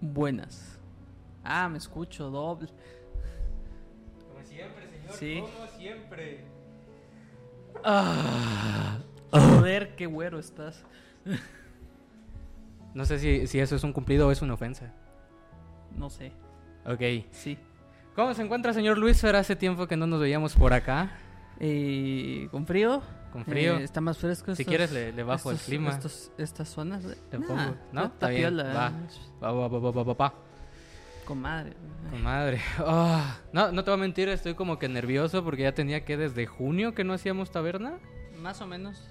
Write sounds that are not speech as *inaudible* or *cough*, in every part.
son buenas. Ah, me escucho *laughs* doble. Como Pues siempre, señor. Sí. Como siempre. Ah, joder, qué güero estás. No sé si, si eso es un cumplido o es una ofensa. No sé, Ok. sí. ¿Cómo se encuentra, señor Luis? Fer? Hace tiempo que no nos veíamos por acá. Eh, ¿Con frío? Con frío. Eh, está más fresco. Si estos- quieres, le- le bajo el estos- clima. estos- estas zonas. De... Te Nah, pongo. ¿No? está Está bien, piola, va. eh, Va, va, va, va, va, va, va. Con madre. Madre. *laughs* Ah, No, no te voy a mentir, estoy como que nervioso porque ya tenía que desde junio que no hacíamos taberna. Más o menos.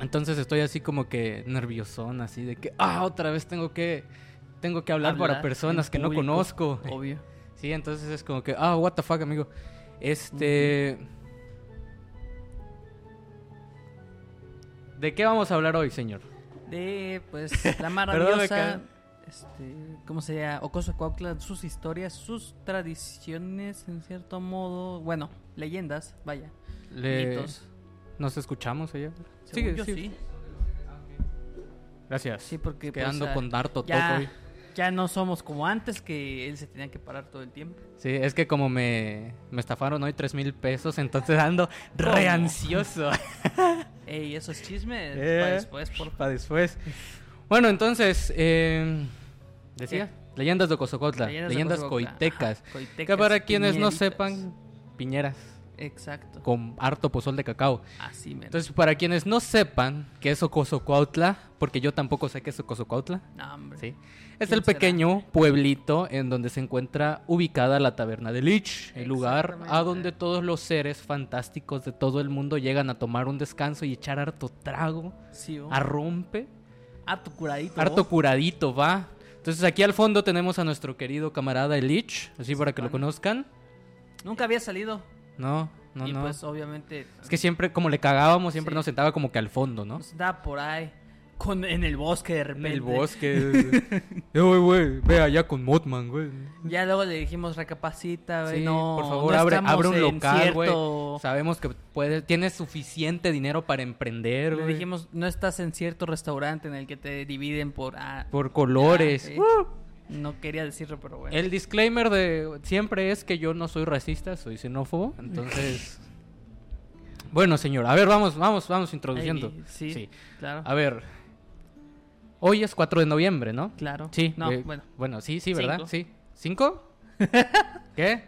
Entonces estoy así como que nerviosón, así de que, ah, otra vez tengo que, tengo que hablar, para en personas que no público, conozco. Obvio. Sí, entonces es como que, ah, what the fuck, amigo. Este... ¿De qué vamos a hablar hoy, señor? De, *laughs* pues, la maravillosa. este, ¿Cómo se llama? Ocoso Cuautla, sus historias, sus tradiciones, en cierto modo. Bueno, leyendas, vaya. Le- Mitos. ¿Nos escuchamos allá? Según yo sigue. sí. Gracias. Sí, porque, pues, Quedando ah, con Darto Toco hoy. Ya, ya no somos como antes, que él se tenía que parar todo el tiempo. Sí, es que como me, me estafaron hoy tres mil pesos, entonces ando re *laughs* ansioso. Ey, esos chismes Eh. para después, por Para después. Bueno, entonces, eh, decía, ¿Qué? leyendas de Ocosocotla, Pues leyendas, Eh, Leyendas de Ocosocotla. coitecas. Ajá, coitecas, que para quienes no piñeritas. sepan, piñeras Exacto. con harto pozol de cacao. Así, mero. Entonces, para quienes no sepan qué es Ocosocuautla, porque yo tampoco sé qué es Ocosocuautla, No, hombre. ¿sí? es ¿Quién el será? pequeño pueblito en donde se encuentra ubicada la taberna de Lich, el lugar a Exactamente. donde todos los seres fantásticos de todo el mundo llegan a tomar un descanso y echar harto trago, Sí, oh. a rompe. Harto curadito. Harto oh. curadito, va. Entonces aquí al fondo tenemos a nuestro querido camarada el Lich, así para que lo conozcan. Nunca había salido. No, no, y no. pues, obviamente, Es que siempre, como le cagábamos, siempre Sí. nos sentaba como que al fondo, ¿no? nos da por ahí. Con, en el bosque, de En repente. el bosque. Eh, güey, güey, ve allá con Motman, güey. Ya luego le dijimos, recapacita, güey. Sí, no, por favor, no abre, estamos abre un en local, güey. cierto- Sabemos que puedes, tienes suficiente dinero para emprender, Le güey. dijimos, no estás en cierto restaurante en el que te dividen por... ah, eh". Por colores. sí. No quería decirlo, pero bueno. El disclaimer de siempre es que yo no soy racista, soy xenófobo, entonces... bueno, señor, a ver, vamos, vamos, vamos introduciendo. Ey, sí, claro. A ver, hoy es 4 de noviembre, ¿no? Claro. Sí. No, eh, bueno. Bueno, sí, sí, ¿verdad? Cinco. Sí. ¿Cinco? *laughs* ¿Qué?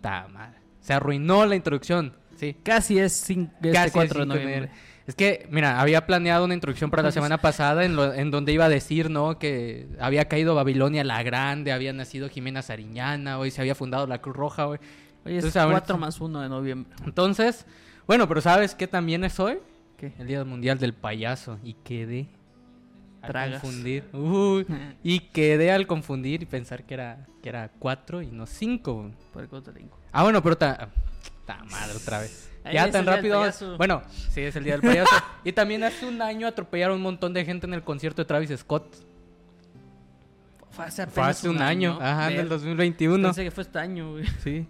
Ta madre. Se arruinó la introducción, sí. Casi es cin- este Casi el 4 de 5 de noviembre. enero. Es que, mira, había planeado una introducción para la semana pasada en, lo- en donde iba a decir, ¿no? Que había caído Babilonia la Grande, había nacido Jimena Sariñana, hoy se había fundado la Cruz Roja, güey. Hoy es Entonces, ahorita- 4 más 1 de noviembre. Entonces, bueno, pero ¿sabes qué también es hoy? ¿Qué? El Día Mundial del Payaso. Y quedé al Tragas. confundir. *laughs* Uy, y quedé al confundir y pensar que era, que era cuatro y no cinco. Por el cuatro de cinco. Ah, bueno, pero ta, ta madre otra vez. Ahí Ya es tan el día del rápido. payaso. Bueno, sí, es el día del payaso. *laughs* y también hace un año atropellaron un montón de gente en el concierto de Travis Scott. Fue hace, Fue apenas hace un año, ¿no? ajá, en Ver- el 2021. Pensé que fue este año, güey. *laughs* Sí.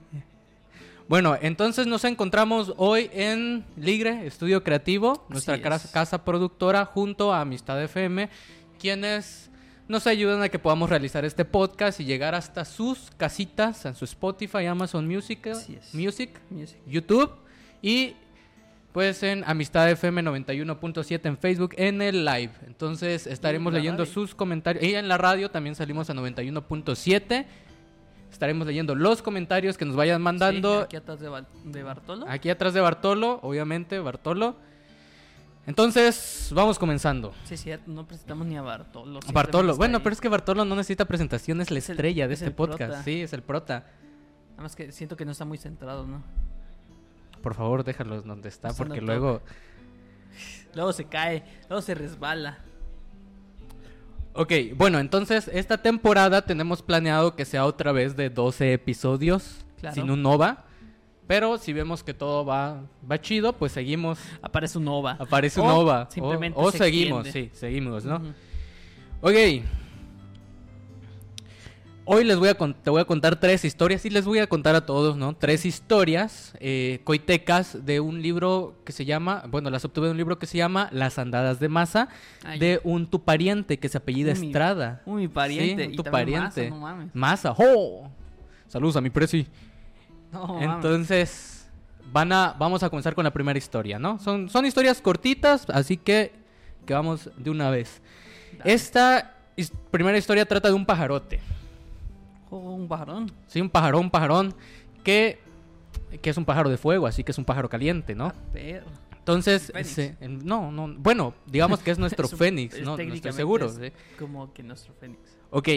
Bueno, entonces nos encontramos hoy en Ligre, Estudio Creativo, nuestra es. cras- casa productora junto a Amistad FM, quienes nos ayudan a que podamos realizar este podcast y llegar hasta sus casitas, a su Spotify, Amazon Music, Así es. Music Music. YouTube y pues en Amistad FM 91.7 en Facebook en el live. Entonces estaremos en la leyendo radio. sus comentarios. Y en la radio también salimos a 91.7. Estaremos leyendo los comentarios que nos vayan Sí, mandando aquí atrás de, Bal- de Bartolo. aquí atrás de Bartolo, obviamente, Bartolo. Entonces, vamos comenzando. Sí, sí, no presentamos ni a Bartolo. Bartolo, simplemente bueno, está pero ahí. es que Bartolo no necesita presentación, es la Es el- estrella de es este el podcast. prota. Sí, es el prota. Nada más que siento que no está muy centrado, ¿no? Por favor, déjalo donde está, Está en porque el luego... Luego se cae, luego se resbala. Ok, bueno, entonces esta temporada tenemos planeado que sea otra vez de 12 episodios Claro. sin un OVA. Pero si vemos que todo va, va chido, pues seguimos. Aparece un ova. Aparece un O OVA. simplemente o o se seguimos, pues, extiende. sí, seguimos, ¿no? Ujú. Ok. Hoy les voy a con- te voy a contar tres historias y les voy a contar a todos, ¿no? Tres historias eh, coitecas de un libro que se llama, bueno, las obtuve de un libro que se llama Las andadas de masa Ay. de un tu pariente que se apellida Mi- Estrada. Uy, mi pariente. Sí, y tu también pariente. Maza, no mames. Masa, ¡jo! Saludos a mi presi. *laughs* No Oh, mames. Entonces, van a, vamos a comenzar con la primera historia, ¿no? Son, son historias cortitas, así que, que vamos de una vez. Dale. Esta his- primera historia trata de un pajarote. Ojo, un varón. Sí, un pajarón, pajarón, que, que es un pájaro de fuego, así que es un pájaro caliente, ¿no? Perro. Entonces, fénix. se- en- no, no, bueno, digamos *laughs* que es nuestro Es un- fénix, es ¿no? No estoy técnicamente seguro. es ¿sí? Como que nuestro Fénix. Ok,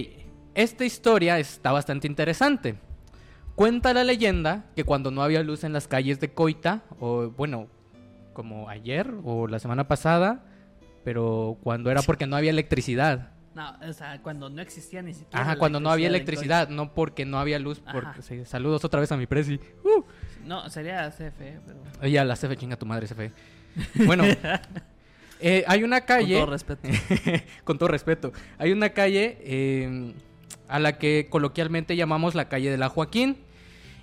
esta historia está bastante interesante. Cuenta la leyenda que cuando no había luz en las calles de Coita, o bueno, como ayer o la semana pasada, pero cuando era porque no *laughs* había electricidad. No, o sea, cuando no existía ni siquiera. Ajá, la cuando no había del electricidad, no porque no había luz. Porque, Ajá. sí, saludos otra vez a mi presi. coche. No, sería CFE, pero. Oye, a la CFE, chinga tu madre, CFE. *laughs* Bueno, eh, hay una calle. Con todo respeto. *laughs* con todo respeto. Hay una calle eh, a la que coloquialmente llamamos la calle de la Joaquín.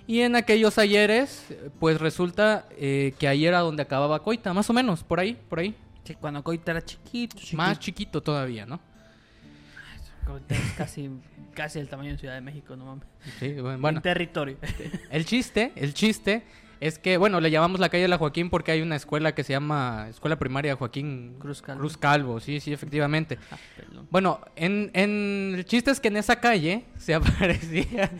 Y en aquellos ayeres, pues resulta eh, que ahí era donde acababa Coita, más o menos, por ahí, por ahí. Que cuando Coita era chiquito, chiquito. Más chiquito todavía, ¿no? Coita es casi, casi el tamaño de Ciudad de México, no mames. Sí, bueno, bueno. Un territorio. *laughs* El chiste, el chiste es que, bueno, le llamamos la calle de la Joaquín porque hay una escuela que se llama Escuela Primaria Joaquín Cruz Calvo. Cruz Calvo, sí, sí, efectivamente. Ah, perdón. Bueno, en, en- el chiste es que en esa calle se *laughs* aparecía,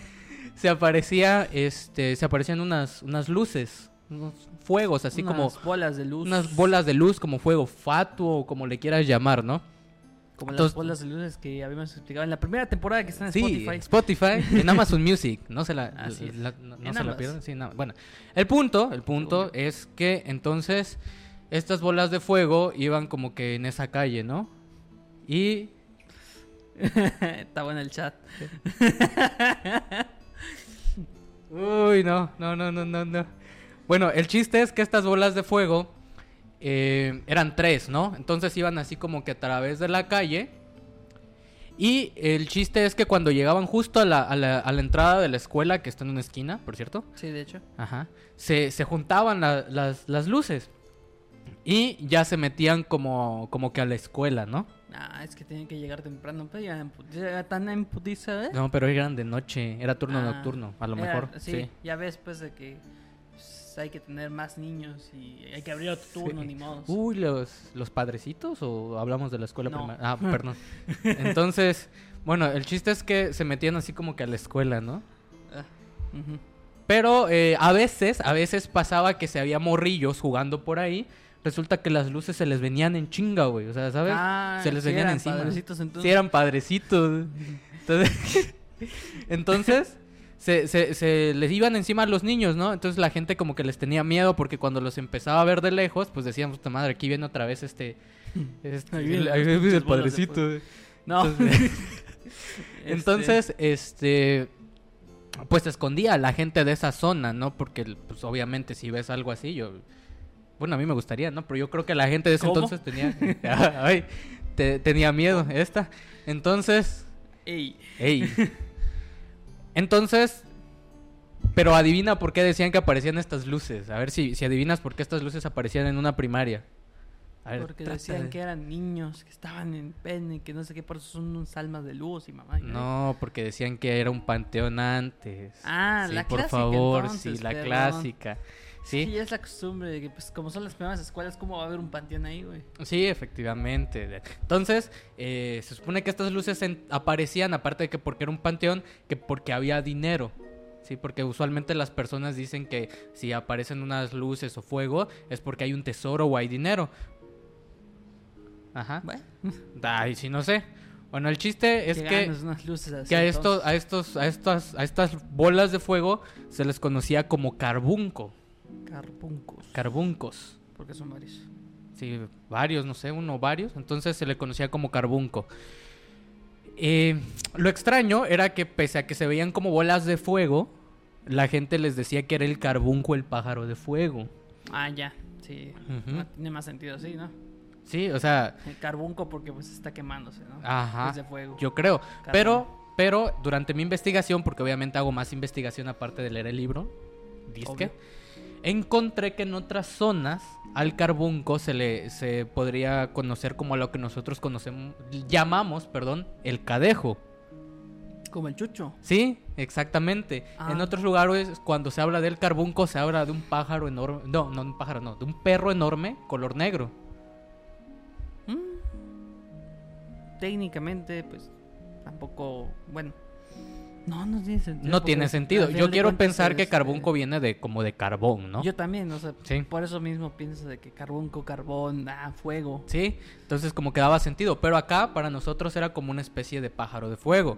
se aparecía, este, se aparecían unas, unas luces, unos fuegos, así como Unas bolas de luz. unas bolas de luz, como fuego fatuo, o como le quieras llamar, ¿no? Como Entonces- las bolas de luces que habíamos explicado en la primera temporada que están en sí, Spotify. *laughs* Spotify, en Amazon Music, no se la, Así es. la- no, no En se la ambas. pierdan, sí, nada. Bueno, el punto, el punto es que entonces estas bolas de fuego iban como que en esa calle, ¿no? Y Está bueno el chat. Uy, no, no, no, no, no, no. Bueno, el chiste es que estas bolas de fuego eh, eran tres, ¿no? Entonces iban así como que a través de la calle. Y el chiste es que cuando llegaban justo a la, a la- a la entrada de la escuela, que está en una esquina, por cierto, Sí, de hecho. ajá, se, se juntaban la- las, las luces. Y ya se metían como, como que a la escuela, ¿no? Ah, es que tienen que llegar temprano. Pues ya, en pu- ya tan en putiza, ¿eh? No, pero eran de noche, era turno Ah, nocturno, a lo Era- mejor. sí, sí. ya ves, pues, de que pues, hay que tener más niños y hay que abrir otro turno, Sí. Uh, ni modo. Uy, los, los padrecitos o hablamos de la escuela No. primaria. Ah, perdón. Entonces, bueno, el chiste es que se metían así como que a la escuela, ¿no? Ah, ujú. Pero eh, a veces, a veces pasaba que se había morrillos jugando por ahí. Resulta que las luces se les venían en chinga, güey. O sea, ¿sabes? Ah, se les sí venían eran encima. padrecitos, entonces. Sí, eran padrecitos. Entonces, *laughs* entonces se, se- se les iban encima a los niños, ¿no? Entonces la gente como que les tenía miedo porque cuando los empezaba a ver de lejos, pues decían, puta madre, aquí viene otra vez este... *laughs* este- Ahí vienen el, las ahí viene el pinches bolas de padrecito. No. Entonces, *laughs* Este, *laughs* entonces, este... Pues se escondía a la gente de esa zona, ¿no? Porque, pues obviamente, si ves algo así, yo... Bueno, a mí me gustaría, ¿no? Pero yo creo que la gente de ese ¿Cómo? entonces tenía... *laughs* Ay, te- tenía miedo, esta. Entonces... Este, ey, Ey. Entonces, pero adivina por qué decían que aparecían estas luces. A ver si, si adivinas por qué estas luces aparecían en una primaria. A ver, porque trata decían de- que eran niños, que estaban en pene, que no sé qué, por eso son unos almas de luz y mamá. y- No, porque decían que era un panteón antes. Ah, Sí, la por clásica, favor, sí, entonces, la perdón. clásica. Sí, Sí, ya es la costumbre de que, pues, como son las primeras escuelas, ¿cómo va a haber un panteón ahí, güey? sí, efectivamente. Entonces, eh, se supone que estas luces en- aparecían, aparte de que porque era un panteón, que porque había dinero. Sí, porque usualmente las personas dicen que si aparecen unas luces o fuego es porque hay un tesoro o hay dinero. Ajá. Bueno, Ay, sí, no sé. Bueno, el chiste es que que, ganas unas luces así. que a, entonces. estos, a, estos, a, estas, a estas bolas de fuego se les conocía como carbunco. Carpuncos, Carbuncos. porque son varios. Sí, varios, no sé, uno o varios. Entonces se le conocía como carbunco. Eh, lo extraño era que pese a que se veían como bolas de fuego, la gente les decía que era el carbunco el pájaro de fuego. Ah, ya, sí. Ujú. No tiene más sentido así, ¿no? Sí, o sea, El carbunco porque pues está quemándose, ¿no? Ajá. Es de fuego. yo creo. Pero Pero durante mi investigación, porque obviamente hago más investigación aparte de leer el libro, disque, Obvio. encontré que en otras zonas al carbunco se le se podría conocer como lo que nosotros conocemos, llamamos, perdón, el cadejo. Como el chucho. Sí, exactamente. Ah. En otros lugares, cuando se habla del carbunco, se habla de un pájaro enorme. No, no un pájaro, no, de un perro enorme color negro. Mm. Técnicamente, pues tampoco. Bueno. No, no tiene sentido. No porque tiene al sentido. final Yo de quiero cuentas, pensar que este, carbunco viene de como de carbón, ¿no? Yo también, o sea, Sí. por eso mismo pienso de que carbunco, carbón, ah, fuego. Sí, entonces como que daba sentido, pero acá para nosotros era como una especie de pájaro de fuego.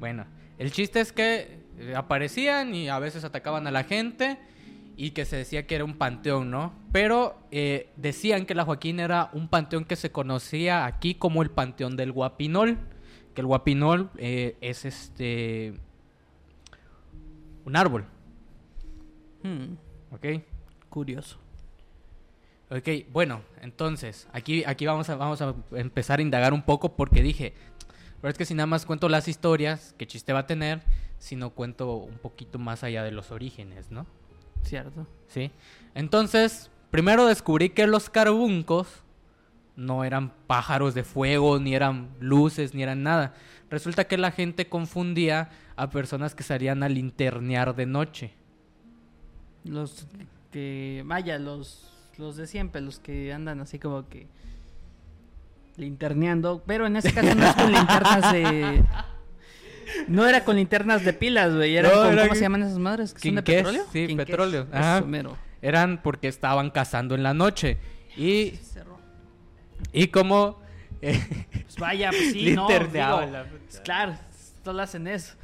Bueno, el chiste es que eh, aparecían y a veces atacaban a la gente y que se decía que era un panteón, ¿no? Pero eh, decían que la Joaquín era un panteón que se conocía aquí como el panteón del Guapinol, que el Guapinol eh, es este un árbol, Hmm, ¿ok? curioso. Ok, bueno, entonces, aquí, aquí vamos, a, vamos a empezar a indagar un poco porque dije, pero es que si nada más cuento las historias, qué chiste va a tener, si no cuento un poquito más allá de los orígenes, ¿no? Cierto. Sí. Entonces, primero descubrí que los carbuncos no eran pájaros de fuego, ni eran luces, ni eran nada. Resulta que la gente confundía a personas que salían a linternear de noche. Los que. Vaya, los, los de siempre, los que andan así como que. Linterneando. Pero en ese caso no es con linternas de. No era con linternas de pilas, güey. Era No, con, era ¿Cómo que- se llaman esas madres? ¿Que son de Quinqués, petróleo? sí, Quinqués, petróleo, eso ajá. mero. Eran porque estaban cazando en la noche. Y Cerró. Y como... eh, Pues vaya, pues sí, no. Linterneaba digo, pues la puta. Claro, todos hacen eso.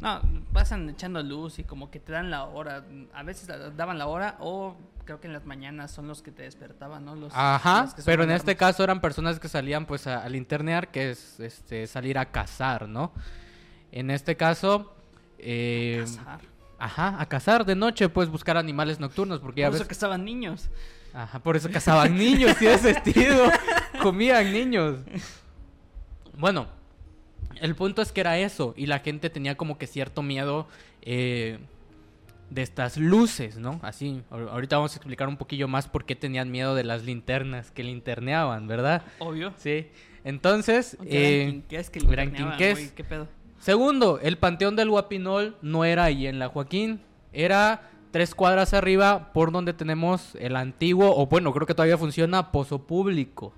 No, pasan echando luz y como que te dan la hora. A veces la- daban la hora o creo que en las mañanas son los que te despertaban, ¿no? Los, ajá, las que son pero en alarmas. este caso eran personas que salían pues a, a linternear, que es este, salir a cazar, ¿no? En este caso... eh, Cazar. Ajá, a cazar de noche, pues buscar animales nocturnos, porque ya Por eso ves... que estaban niños. Ajá, por eso cazaban niños, tiene *laughs* sentido. Comían niños. Bueno, el punto es que era eso. Y la gente tenía como que cierto miedo eh, de estas luces, ¿no? Así, ahor- ahorita vamos a explicar un poquillo más por qué tenían miedo de las linternas que linterneaban, ¿verdad? Obvio. Sí. Entonces, Aunque eran eh, quinqués que eran linterneaban, quinqués. güey, ¿Qué pedo? segundo, el panteón del Guapinol no era ahí en la Joaquín, era tres cuadras arriba por donde tenemos el antiguo, o bueno, creo que todavía funciona, Pozo Público.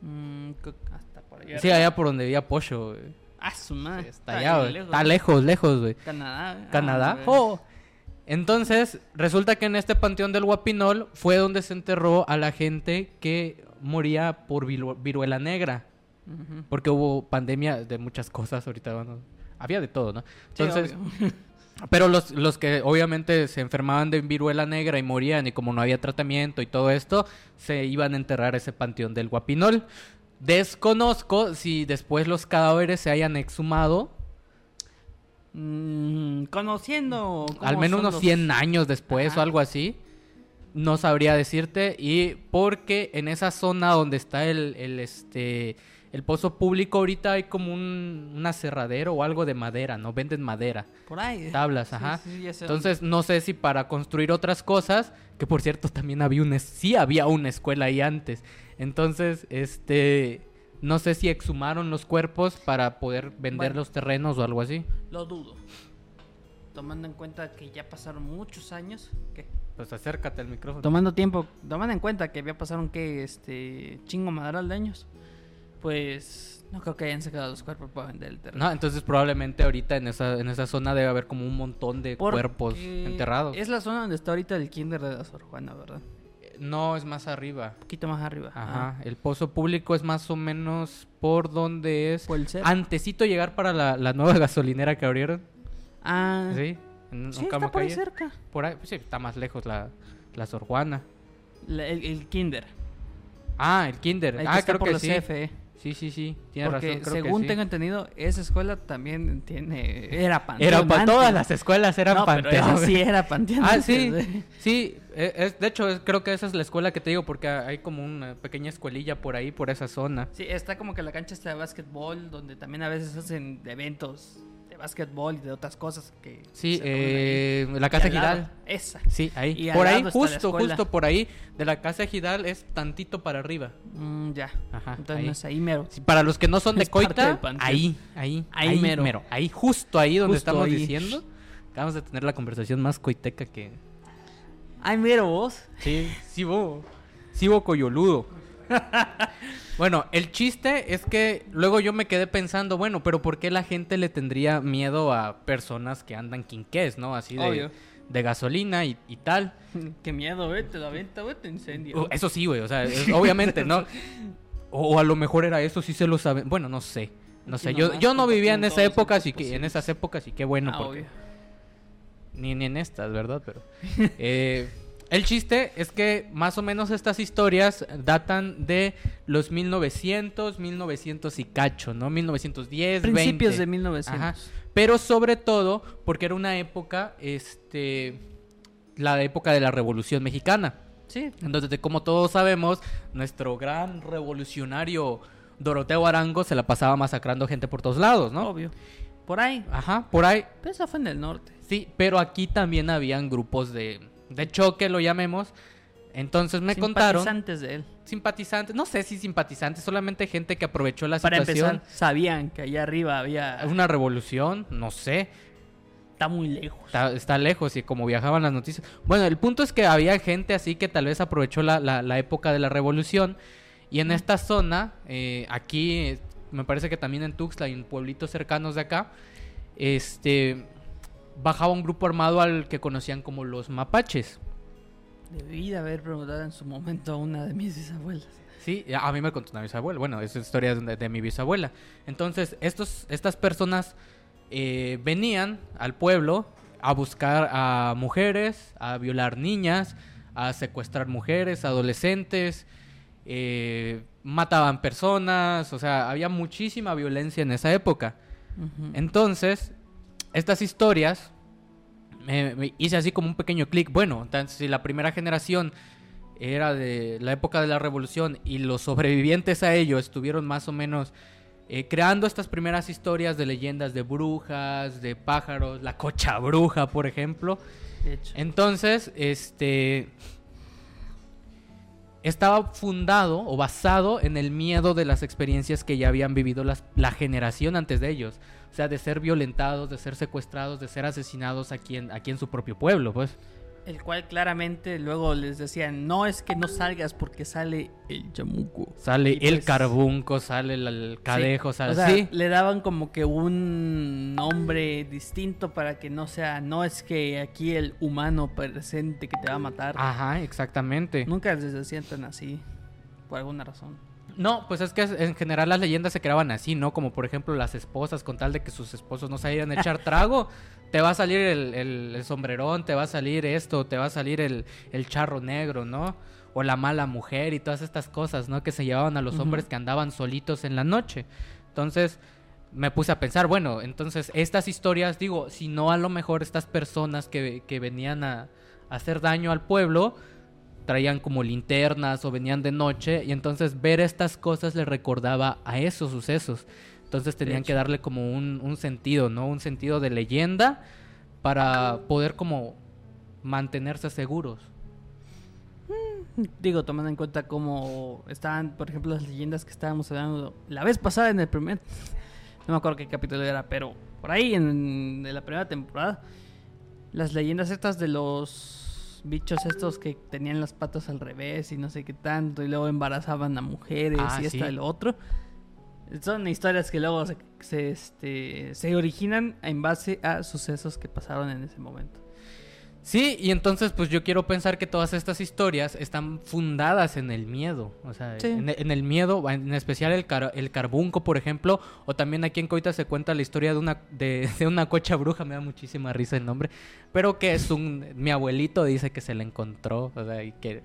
Mm, co- hasta por allá. Sí, allá por donde vivía Pocho, güey. Ah, su madre. Está allá, güey. bien Está lejos, lejos, güey. Canadá. güey. Ah, Canadá. güey. ¡Oh! Entonces, resulta que en este panteón del Guapinol fue donde se enterró a la gente que moría por viru- viruela negra. Ujú. Porque hubo pandemia de muchas cosas ahorita. bueno, había de todo, ¿no? Sí, Entonces, obvio. pero los, los que obviamente se enfermaban de viruela negra y morían, y como no había tratamiento y todo esto, se iban a enterrar a ese panteón del Guapinol. Desconozco si después los cadáveres se hayan exhumado, Mm, conociendo. cómo al menos son unos los- 100 años después Ajá. o algo así. No sabría decirte. Y porque en esa zona donde está el, el, este, el pozo público, ahorita hay como un, un aserradero o algo de madera, ¿no? Venden madera. Por ahí. tablas, Sí, ajá. sí, ya sé Entonces, no sé si para construir otras cosas, que por cierto también había una, sí había una escuela ahí antes. Entonces, este, no sé si exhumaron los cuerpos para poder vender Bueno. los terrenos o algo así. dónde. Lo dudo. Tomando en cuenta que ya pasaron muchos años. ¿Qué? Pues acércate al micrófono. Tomando tiempo. Tomando en cuenta que ya pasaron que este. chingo madral de años. Pues. No creo que hayan sacado los cuerpos para vender el terreno. No, entonces probablemente ahorita en esa, en esa zona debe haber como un montón de Porque cuerpos enterrados. Es la zona donde está ahorita el kinder de la Sor Juana, ¿verdad? Un No, es más arriba. poquito más arriba. Ah, Ajá, el pozo público es más o menos por donde es. Por el cerro. Antesito llegar para la, la nueva *laughs* gasolinera que abrieron. Ah. Sí, Sí, en está Ocamo por ahí Calle. cerca. Por ahí, pues sí, está más lejos la, la Sor Juana. La- el, el kinder. Ah, el Kinder. el que ah, está creo por que la E. sí. CFE. Sí, sí, sí. Tienes Porque razón. Creo según que sí. tengo entendido, esa escuela también tiene. Era panteón. *laughs* Era pa- antes. todas las escuelas eran no, panteón. Pero esa sí era panteón. *laughs* Ah, antes, sí, güey. sí. eh, es- de hecho, es- creo que esa es la escuela que te digo porque hay como una pequeña escuelilla por ahí, por esa zona. Sí, está como que la cancha está de básquetbol, donde también a veces hacen eventos de básquetbol y de otras cosas que. Sí, se reúnen ahí. eh, la Y Casa al Gidal. lado, Esa. Sí, ahí. Y al por ahí, lado está la justo, escuela. justo por ahí. De la Casa Gidal es tantito para arriba. Mm, ya. Ajá, Entonces ahí. no es ahí mero. Sí, para los que no son de Es parte Coita, del panteón. ahí, ahí, Ahí ahí mero. mero. Ahí, justo ahí donde Justo estamos ahí. diciendo. Acabamos de tener la conversación más coiteca que. Ay, mero vos. *laughs* Sí, sí, bo. Sí, bo coyoludo. *laughs* bueno, el chiste es que luego yo me quedé pensando, bueno, pero ¿por qué la gente le tendría miedo a personas que andan quinqués, no? Así de, Obvio. de gasolina y, y tal. Qué miedo, güey. Te lo avienta, güey, te incendio. O- uh, Eso sí, güey, o sea, es- obviamente, ¿no? O, o a lo mejor era eso, sí se lo saben. Bueno, no sé. No Aquí sé, yo, nomás yo no vivía en compartiendo esa todos los época, gustos así que en posibles. esas épocas y qué bueno, Ah, porque obvio. ni, ni en estas, ¿verdad? *laughs* Pero eh, el chiste es que más o menos estas historias datan de los 1900, 1900 y cacho, ¿no? 1910, Principios 20. de 1900. Ajá. Pero sobre todo porque era una época, este, la época de la Revolución Mexicana. Sí. Entonces, de- como todos sabemos, nuestro gran revolucionario Doroteo Arango se la pasaba masacrando gente por todos lados, ¿no? Obvio. Por ahí. Ajá, por ahí. Pero eso fue en el norte. Sí, pero aquí también habían grupos de, de choque, lo llamemos. Entonces me contaron Antes de él. simpatizantes, no sé si simpatizantes, solamente gente que aprovechó la Para situación. empezar, sabían que allá arriba había. Una revolución, no sé, Está muy lejos. está, está lejos y como viajaban las noticias. Bueno, el punto es que había gente así que tal vez aprovechó la, la- la época de la revolución y en esta zona, eh, aquí, eh, me parece que también en Tuxtla y en pueblitos cercanos de acá, este, bajaba un grupo armado al que conocían como los mapaches. Debí de haber preguntado en su momento a una de mis bisabuelas. Sí, a mí me contó una bisabuela. Bueno, es historia de, de mi bisabuela. Entonces, estos, estas personas eh, venían al pueblo a buscar a mujeres, a violar niñas, a secuestrar mujeres, adolescentes, eh, mataban personas, o sea, había muchísima violencia en esa época. Ujú. Entonces, estas historias, me, me hice así como un pequeño clic. Bueno, entonces, si la primera generación era de la época de la revolución y los sobrevivientes a ello estuvieron más o menos eh, creando estas primeras historias de leyendas de brujas, de pájaros, la cocha bruja, por ejemplo. De hecho. Entonces, este estaba fundado o basado en el miedo de las experiencias que ya habían vivido las- la generación antes de ellos. O sea, de ser violentados, de ser secuestrados, de ser asesinados aquí en, aquí en su propio pueblo, pues. El cual claramente luego les decían: No es que no salgas porque sale el chamuco. Sale Y el pues- carbunco, sale el, el cadejo, Sí, sale... o sea, sí. le daban como que un nombre distinto para que no sea, no es que aquí el humano presente que te va a matar. Ajá, exactamente. Nunca les decían tan así, por alguna razón. No, pues es que en general las leyendas se creaban así, ¿no? Como por ejemplo las esposas, con tal de que sus esposos no salieran a echar trago, te va a salir el, el- el sombrerón, te va a salir esto, te va a salir el, el charro negro, ¿no? O la mala mujer y todas estas cosas, ¿no? Que se llevaban a los Ujú. hombres que andaban solitos en la noche. Entonces me puse a pensar, bueno, entonces estas historias, digo, si no a lo mejor estas personas que, que venían a, a hacer daño al pueblo, traían como linternas o venían de noche y entonces ver estas cosas les recordaba a esos sucesos. Entonces tenían hecho. que darle como un, un sentido, ¿no? Un sentido de leyenda para poder como mantenerse seguros. Digo, tomando en cuenta cómo estaban, por ejemplo, las leyendas que estábamos hablando la vez pasada en el primer. No me acuerdo qué capítulo era, pero por ahí en, en la primera temporada. Las leyendas estas de los bichos estos que tenían las patas al revés y no sé qué tanto, y luego embarazaban a mujeres Ah, y sí. esta y lo otro. Son historias que luego se, se, este, se originan en base a sucesos que pasaron en ese momento. Sí, y entonces pues yo quiero pensar que todas estas historias están fundadas en el miedo, o sea, Sí. en, en el miedo, en especial el, car- el carbunco, por ejemplo, o también aquí en Coita se cuenta la historia de una, de, *laughs* de una cocha bruja, me da muchísima risa el nombre, pero que es un, mi abuelito dice que se la encontró, o sea, y que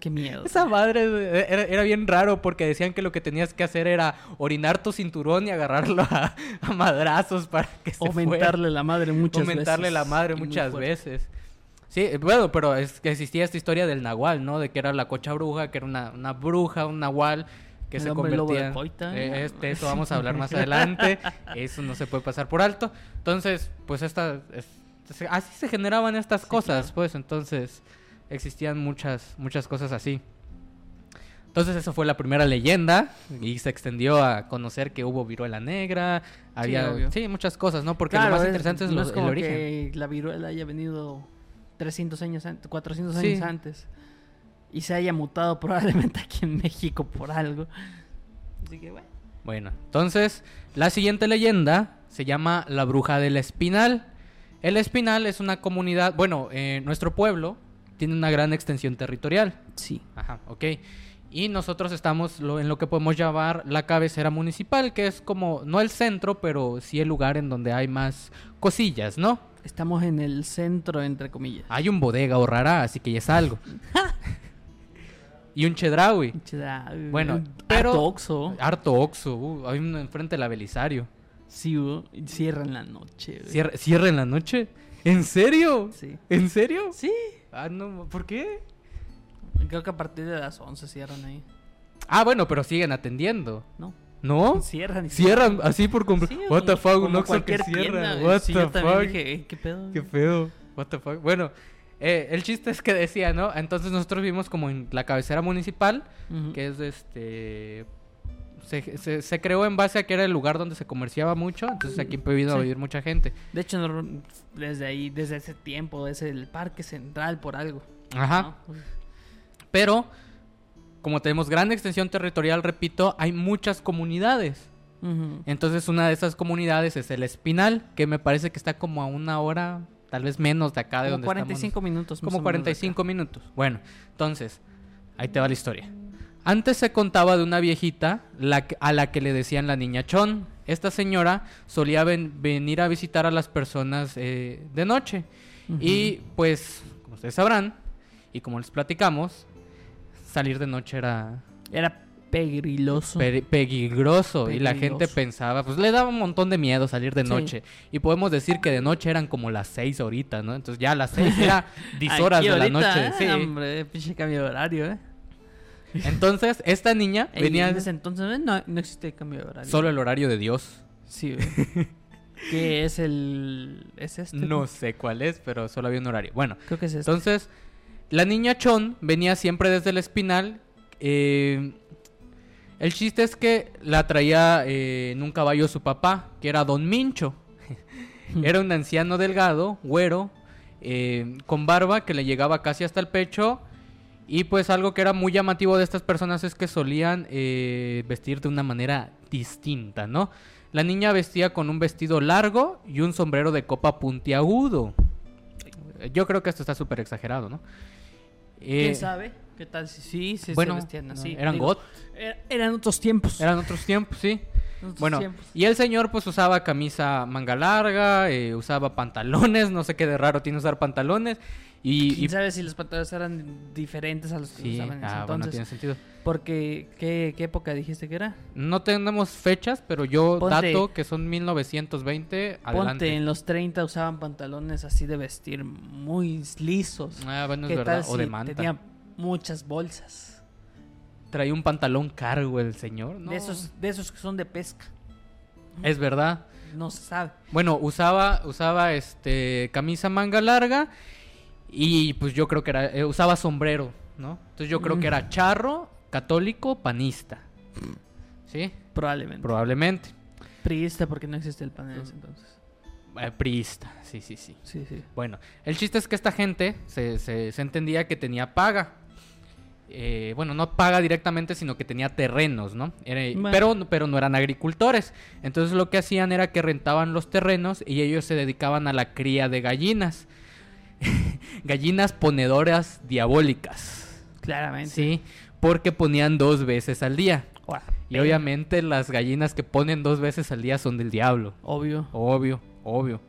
Qué miedo. Esa madre eh, era, era bien raro porque decían que lo que tenías que hacer era orinar tu cinturón y agarrarlo a, *laughs* a madrazos para que se O fuera. mentarle la madre muchas veces. Aumentarle la madre y muy muchas fuerte. veces. Sí, eh, bueno, pero es que existía esta historia del nahual, ¿no? De que era la cocha bruja, que era una, una bruja, un nahual que El se hombre lobo convertía. de Coita. Eh, este, eso vamos a hablar más *laughs* adelante. Eso no se puede pasar por alto. Entonces, pues esta, es- así se generaban estas cosas, pues. Entonces, existían muchas, muchas cosas así. Entonces esa fue la primera leyenda y se extendió a conocer que hubo viruela negra, había obvio. sí, muchas cosas, ¿no? Porque Claro, lo más interesante es, no lo- como el origen. que la viruela haya venido 300 años antes, 400 Sí. años antes y se haya mutado *laughs* probablemente aquí en México por algo. Así que bueno. Bueno, entonces la siguiente leyenda se llama la bruja del Espinal. El Espinal es una comunidad, bueno, eh, nuestro pueblo tiene una gran extensión territorial. Sí. Ajá, ok. Y nosotros estamos lo- en lo que podemos llamar la cabecera municipal, que es como, no el centro, pero sí el lugar en donde hay más cosillas, ¿no? Estamos en el centro, entre comillas. Hay un bodega o rara, así que ya *laughs* es algo. y un chedraui. Pinche da- Bueno, un pero- harto Oxxo. Harto Oxxo. uh, hay uno enfrente del Abelisario. Sí, hubo. Y cierran la noche. güey. Cierra, cierra en la noche. ¿En serio? Sí. ¿En serio? Sí. Ah, no, ¿por qué? Creo que a partir de las 11 cierran ahí. Ah, bueno, pero siguen atendiendo. No. ¿No? Cierran y Cierran así por Sí, completo. o What the como- fuck, un como Oxxo que cualquier cierra. tienda, güey. What Sí, the yo también fuck. dije, "Ey, ¿qué pedo? Qué feo. What the fuck. Bueno, eh, el chiste es que decía, ¿no? Entonces nosotros vimos como en la cabecera municipal Ujú. que es este se, se- se creó en base a que era el lugar donde se comerciaba mucho, entonces aquí vino a Sí. vivir mucha gente. De hecho, no- desde ahí, desde ese tiempo, es el parque central por algo. Ajá. ¿no? Pero como tenemos gran extensión territorial, repito, hay muchas comunidades. Ujú. Entonces una de esas comunidades es el Espinal, que me parece que está como a una hora, tal vez menos de acá de Como donde 45 estamos. minutos. más o Como menos 45 minutos. Bueno, entonces, ahí te va la historia. Antes se contaba de una viejita la que- a la que le decían la niña Chon. Esta señora solía ven- venir a visitar a las personas eh, de noche. Y pues, como ustedes sabrán, y como les platicamos, salir de noche era de acá. Era pegriloso. pe- peligroso y la gente Peligroso. pensaba, pues le daba un montón de miedo salir de Sí. noche. Y podemos decir que de noche eran como las seis ahorita, ¿no? Entonces ya a *laughs* las seis era 10 horas Aquí de la ahorita, noche. ¿eh? sí. Hombre, pinche cambio de horario, ¿eh? Entonces, esta niña Ey, venía En ese ¿eh? entonces no, no existe cambio de horario. solo el horario de Dios. Sí, güey. *laughs* ¿Qué es el. ¿Es este? No sé cuál es, pero solo había un horario. Bueno, Creo que es este. entonces, la niña Chon venía siempre desde el espinal. eh, el chiste es que la traía eh, en un caballo su papá, que era Don Mincho. *laughs* Era un anciano delgado, güero, eh, con barba que le llegaba casi hasta el pecho. Y pues algo que era muy llamativo de estas personas es que solían eh, vestir de una manera distinta, ¿no? La niña vestía con un vestido largo y un sombrero de copa puntiagudo. Yo creo que esto está súper exagerado, ¿no? Eh, ¿Quién sabe? ¿Qué tal si sí? Si bueno, se vestían así. eran Digo, got, er- eran otros tiempos. eran otros tiempos, sí. otros Bueno, tiempos. y el señor pues usaba camisa manga larga, eh, usaba pantalones, no sé qué de raro tiene usar pantalones. Y... ¿Quién y- sabe si los pantalones eran diferentes a los que sí, usaban en ese ah, bueno, entonces? tiene sentido. Porque, ¿qué, qué época dijiste que era? No tenemos fechas, pero yo Ponte- dato que son 1920 adelante. Ponte, en los 30 usaban pantalones así de vestir muy lisos. Ah, bueno, es ¿Qué verdad. tal o de si manta. tenía muchas bolsas? Traía un pantalón cargo el señor, ¿no? De, esos, de esos que son de pesca. Es verdad. No se sabe. Bueno, usaba, usaba este camisa manga larga y pues yo creo que era, eh, usaba sombrero, ¿no? Entonces yo Mm. creo que era charro, católico, panista. ¿Sí? Probablemente. Probablemente. Priista porque no existe el pan en ese entonces. Eh, priista, sí, sí, sí. Sí, sí. Bueno, el chiste es que esta gente se, se- se entendía que tenía paga. Eh, bueno, no paga directamente, sino que tenía terrenos, ¿no? Era- Bueno. pero, pero no eran agricultores. Entonces lo que hacían era que rentaban los terrenos y ellos se dedicaban a la cría de gallinas. *laughs* gallinas ponedoras diabólicas. Claramente. Sí, porque ponían dos veces al día. Ahora, Y obviamente las gallinas que ponen dos veces al día son del diablo. Obvio, Obvio, obvio.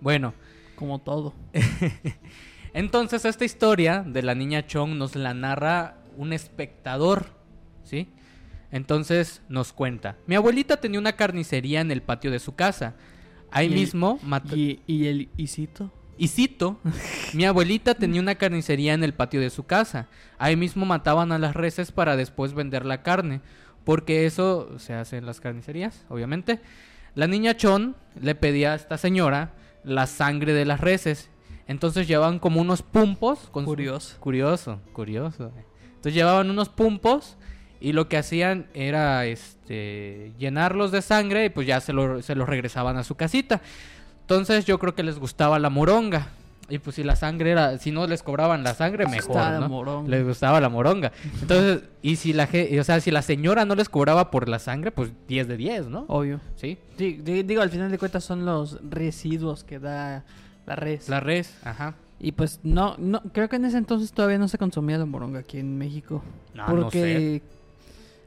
Bueno, como todo. Entonces, esta historia de la niña Chong nos la narra un espectador, ¿sí? Entonces nos cuenta. Mi abuelita tenía una carnicería en el patio de su casa. Ahí Y el- mismo mató... ¿Y, y el Isito? Y cito, mi abuelita tenía una carnicería en el patio de su casa. Ahí mismo mataban a las reses para después vender la carne, porque eso se hace en las carnicerías, obviamente. La niña Chon le pedía a esta señora la sangre de las reses. Entonces llevaban como unos pumpos. Con su- Curioso. Curioso, curioso. Entonces llevaban unos pumpos y lo que hacían era este llenarlos de sangre y pues ya se, lo- se los regresaban a su casita. Entonces yo creo que les gustaba la moronga. Y pues si la sangre era, si no les cobraban la sangre, Les mejor. gustaba la ¿no? Pues, moronga. Les gustaba la moronga. Entonces, y si la, ge- o sea, si la señora no les cobraba por la sangre, pues 10 de 10, ¿no? Obvio. Sí. Di- di- Digo, al final de cuentas son los residuos que da la res. La res, ajá. Y pues no, no, creo que en ese entonces todavía no se consumía la moronga aquí en México. No, no porque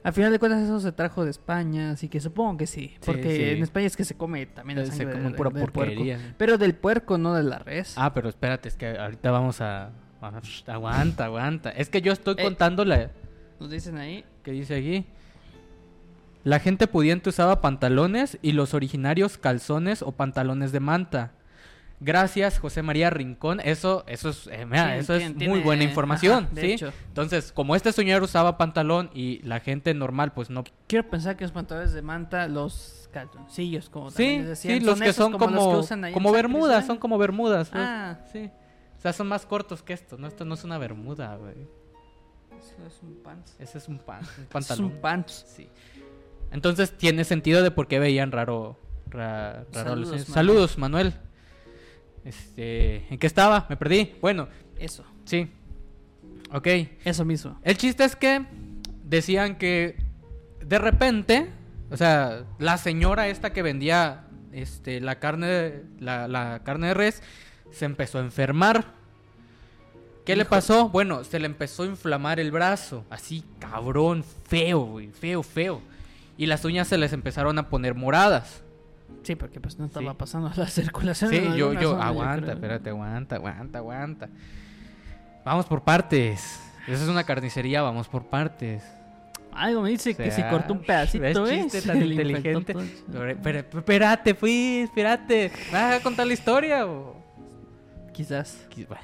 al final de cuentas eso se trajo de España, así que supongo que sí. Sí, Porque sí. en España es que se come también la Se sangre come de- pura del puerco. porquería. Pero del puerco, no de la res. Ah, pero espérate, es que ahorita vamos a... a- Aguanta, aguanta. Es que yo estoy Eh. contando la... Nos dicen ahí. ¿Qué dice aquí? La gente pudiente usaba pantalones y los originarios calzones o pantalones de manta. Gracias, José María Rincón. Eso, eso es, eh, mira, Sí, eso es tien- muy tiene- buena información, ajá, de ¿sí? hecho. Entonces, como este señor usaba pantalón y la gente normal, pues no. Quiero pensar que los pantalones de manta, los calzoncillos, como Sí, también les decían, sí, los que esos son como, los como, que usan ahí en San bermudas, Cristóbal. son como bermudas. pues. Ah. sí. O sea, son más cortos que esto. No, esto no es una bermuda, güey. Eso es un pants. Ese es un, pan, *laughs* un Es pantalón. un pants. Sí. Entonces tiene sentido de por qué veían raro. ra- raro a los Saludos, niños. Manuel. Saludos, Manuel. Este, ¿En qué estaba? Me perdí. Bueno, Eso, sí. Ok. eso mismo. El chiste es que decían que de repente, o sea, la señora esta que vendía este, la, carne, la, la carne de res se empezó a enfermar. ¿Qué le pasó? Bueno, se le empezó a inflamar el brazo. Así, cabrón, feo, güey, feo, feo. Y las uñas se les empezaron a poner moradas. Sí, porque pues no estaba Sí. pasando la circulación. Sí, en yo, alguna yo, zona, aguanta, creo. espérate, aguanta, aguanta, aguanta. Vamos por partes. Esa es una carnicería, vamos por partes. Algo me dice que O se sea, cortó un ¿ves pedacito, ¿eh? chiste Se *laughs* tan le infectó inteligente. todo. Pero, pero- pero espérate, fui, espérate. ¿Me vas a contar la historia? o? Quizás. Qui- bueno.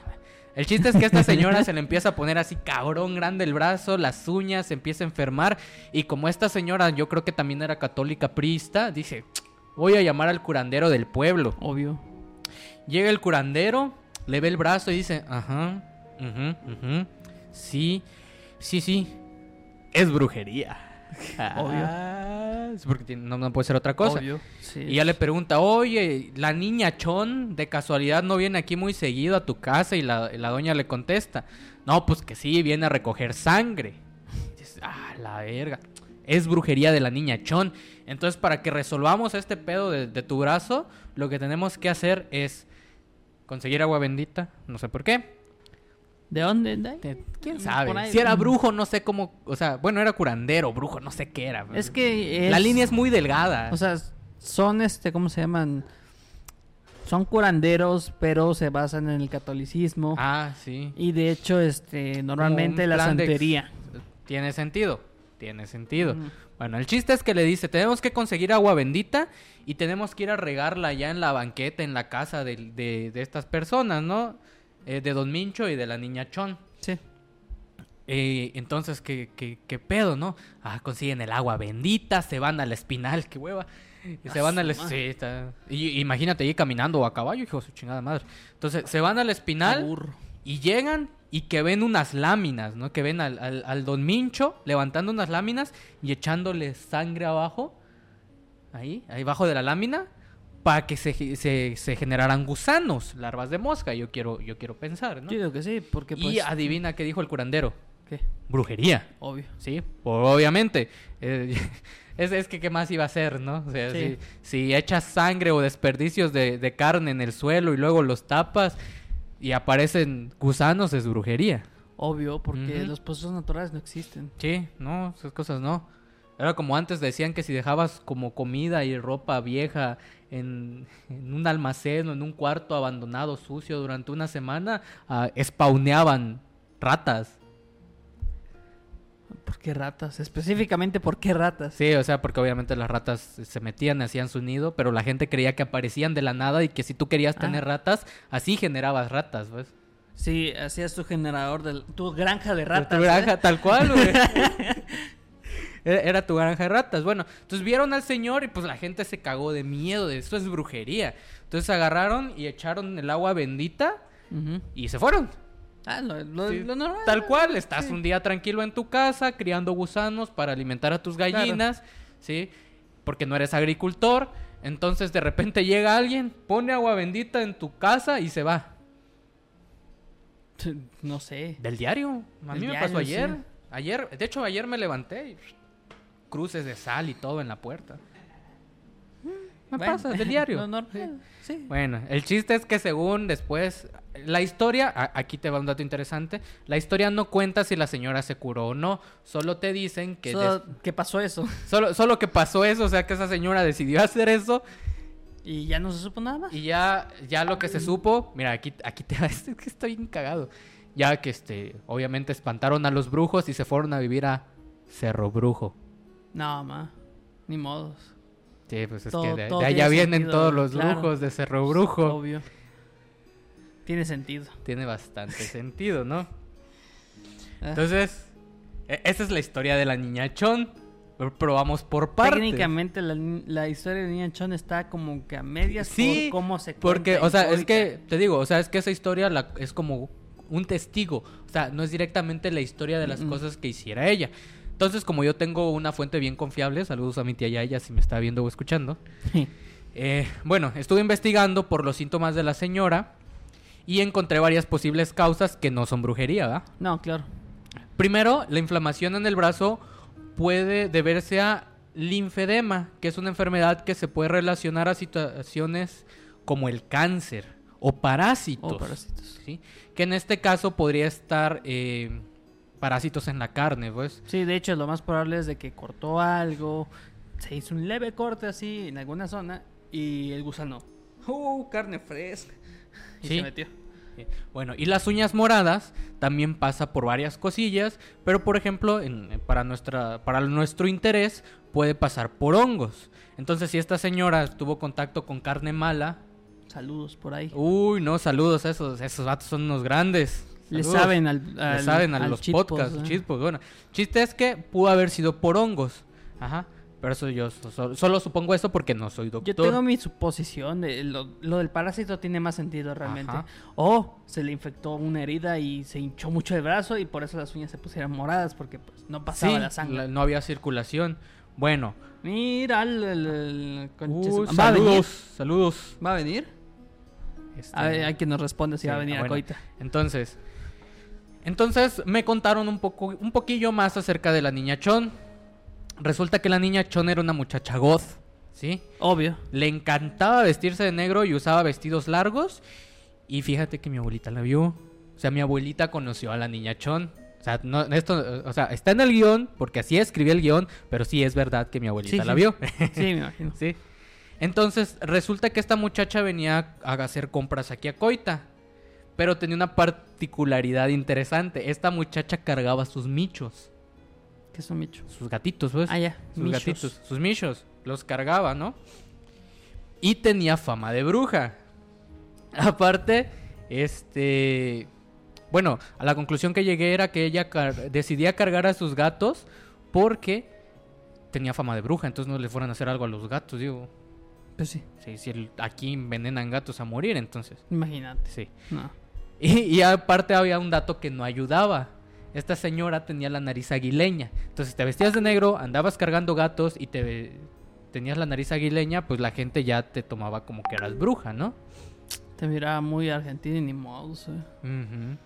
El chiste es que a esta señora se le empieza a poner así cabrón grande el brazo, las uñas, se empieza a enfermar. Y como esta señora, yo creo que también era católica priista, dice: Voy a llamar al curandero del pueblo. Obvio. Llega el curandero, le ve el brazo y dice, ajá, ujú, ujú, sí, sí, sí, es brujería. *laughs* Obvio. Ah, es porque tiene- no, no puede ser otra cosa. Obvio. Sí. Y ya le pregunta, oye, la niña Chon de casualidad no viene aquí muy seguido a tu casa y la, y la doña le contesta, no, pues que sí, viene a recoger sangre. Dices, ah, la verga. Es brujería de la niña Chon. Entonces, para que resolvamos este pedo de, de tu brazo, lo que tenemos que hacer es conseguir agua bendita. No sé por qué. ¿De dónde? ¿De ahí? Te- ¿Quién Mm, sabe? por ahí. Si era brujo, no sé cómo. O sea, bueno, era curandero, brujo, no sé qué era. Es que. La es- línea es muy delgada. O sea, son este, ¿cómo se llaman? Son curanderos, pero se basan en el catolicismo. ah, sí. Y de hecho, este, normalmente un la plan de- santería. Tiene sentido. Tiene sentido. Ujú. Bueno, el chiste es que le dice, tenemos que conseguir agua bendita y tenemos que ir a regarla allá en la banqueta, en la casa del- de, de estas personas, ¿no? Eh, de Don Mincho y de la niña Chon. Sí. Eh, entonces, ¿qué, qué, qué pedo, no? Ah, consiguen el agua bendita, se van al espinal, qué hueva. Y se Ah, van su al es- madre. sí, está- y- imagínate ir caminando o a caballo, hijo de su chingada madre. Entonces, se van al espinal Burro. y llegan y que ven unas láminas, ¿no? Que ven al, al- al Don Mincho levantando unas láminas y echándole sangre abajo, ahí, ahí abajo de la lámina, para que se, ge- se, se generaran gusanos, larvas de mosca, yo quiero, yo quiero pensar, ¿no? Yo digo que sí, porque pues. Y adivina qué dijo el curandero. ¿Qué? Brujería. Obvio. Sí, por- obviamente. Eh, *laughs* es, es que qué más iba a hacer, ¿no? O sea, Sí. si, si echas sangre o desperdicios de, de carne en el suelo y luego los tapas y aparecen gusanos, es brujería. Obvio, porque Ujú. los procesos naturales no existen. Sí, no, esas cosas no. Era como antes decían que si dejabas como comida y ropa vieja en, en un almacén o en un cuarto abandonado, sucio, durante una semana, ah, spawneaban ratas. ¿Por qué ratas? Específicamente, ¿por qué ratas? Sí, o sea, porque obviamente las ratas se metían, hacían su nido, pero la gente creía que aparecían de la nada y que si tú querías Ah. tener ratas, así generabas ratas, pues. Sí, hacías tu generador, de, tu granja de ratas. Tu ¿eh? granja, tal cual, *laughs* güey. *laughs* Era- Era tu granja de ratas. Bueno, entonces vieron al señor y pues la gente se cagó de miedo de esto es brujería. Entonces agarraron y echaron el agua bendita Ujú. y se fueron. Ah, lo, lo- Sí, lo normal. Tal cual, estás Sí. un día tranquilo en tu casa criando gusanos para alimentar a tus gallinas, ¿sí? Porque no eres agricultor. Entonces de repente llega alguien, pone agua bendita en tu casa y se va. No sé. Del diario. A Del mí me diario, pasó ayer. sí. Ayer, de hecho ayer me levanté y cruces de sal y todo en la puerta. Mm, Me Bueno, *laughs* pasa, *laughs* del diario. Lo normal, sí. Bueno, el chiste es que según después, la historia, a- aquí te va un dato interesante, la historia no cuenta si la señora se curó o no, solo te dicen que... Solo des- que pasó eso? Solo, solo que pasó eso, o sea que esa señora decidió *laughs* hacer eso Y ya no se supo nada más. y ya, ya lo que se supo, mira, aquí, aquí te va, *laughs* es que estoy bien cagado. Ya que este, obviamente espantaron a los brujos y se fueron a vivir a Cerro Brujo. No, ma. Ni modos. Sí, pues es Todo- que de, todo de allá tiene vienen sentido, todos los claro. brujos de Cerro Brujo. Obvio. Tiene sentido. Tiene bastante sentido, ¿no? Ah. Entonces, e- esa es la historia de la niñachón. Probamos por partes. Técnicamente la, ni- la historia de Niña Chon está como que a medias Sí, por cómo se Porque, cuenta o sea, es histórica. que, te digo, o sea, es que esa historia la- es como un testigo. O sea, no es directamente la historia de las Mm-mm. cosas que hiciera ella. Entonces, como yo tengo una fuente bien confiable, saludos a mi tía Yaya si me está viendo o escuchando. Eh, bueno, estuve investigando por los síntomas de la señora y encontré varias posibles causas que no son brujería, ¿verdad? *laughs* No, claro. Primero, la inflamación en el brazo puede deberse a linfedema, que es una enfermedad que se puede relacionar a situaciones como el cáncer o parásitos. O parásitos. ¿sí? Que en este caso podría estar eh, parásitos en la carne, pues. Sí, de hecho, lo más probable es de que cortó algo, se hizo un leve corte así en alguna zona y el gusano. ¡Uh, carne fresca! Y Sí. se metió. Eh, Bueno, y las uñas moradas también pasa por varias cosillas, pero por ejemplo, en- eh, para, nuestra, para nuestro interés puede pasar por hongos. Entonces, si esta señora tuvo contacto con carne mala, Saludos por ahí. Uy, no, saludos a esos, esos vatos son unos grandes. Le Saludos. saben al, Le saben a al los chitpos, podcasts, ¿eh? chispos, bueno. Chiste es que pudo haber sido por hongos. Ajá. Pero eso yo so- so- solo supongo eso porque no soy doctor. Yo tengo mi suposición, de, lo, lo del parásito tiene más sentido realmente. Ajá. O se le infectó una herida y se hinchó mucho el brazo y por eso las uñas se pusieron moradas porque pues no pasaba Sí, la sangre. la- no había circulación. Bueno. Mira, el, el- el- conche su- Uy, ¿va a venir? saludos, saludos. ¿Va a venir? Este, A ver, hay quien nos responde si Sí, ah, va a venir bueno. a Coita. Entonces, entonces me contaron un poco, un poquillo más acerca de la niña Chon. Resulta que la niña Chon era una muchacha goth, ¿sí? *laughs* Obvio. Le encantaba vestirse de negro y usaba vestidos largos. Y fíjate que mi abuelita la vio. O sea, mi abuelita conoció a la niña Chon. O sea, no, esto, eh, o sea, está en el guión, porque así escribí el guión, pero sí es verdad que mi abuelita Sí, la sí. vio. *laughs* Sí, me imagino. sí. Entonces, resulta que esta muchacha venía a hacer compras aquí a Coita. Pero tenía una particularidad interesante. Esta muchacha cargaba sus michos, Que es un micho. sus gatitos, ¿ves? Ah, ya. Pues, sus michos. gatitos, sus michos, los cargaba, ¿no? Y tenía fama de bruja. *laughs* Aparte, este, bueno, a la conclusión que llegué era que ella car- decidía cargar a sus gatos porque tenía fama de bruja, entonces no le fueran a hacer algo a los gatos, digo, Pues sí, sí, si el- aquí envenenan gatos a morir, entonces, imagínate. sí. No. Y, y aparte había un dato que no ayudaba. Esta señora tenía la nariz aguileña. Entonces te vestías de negro, andabas cargando gatos y te tenías la nariz aguileña, pues la gente ya te tomaba como que eras bruja, ¿no? Te miraba muy argentino y ni modo. Ujú.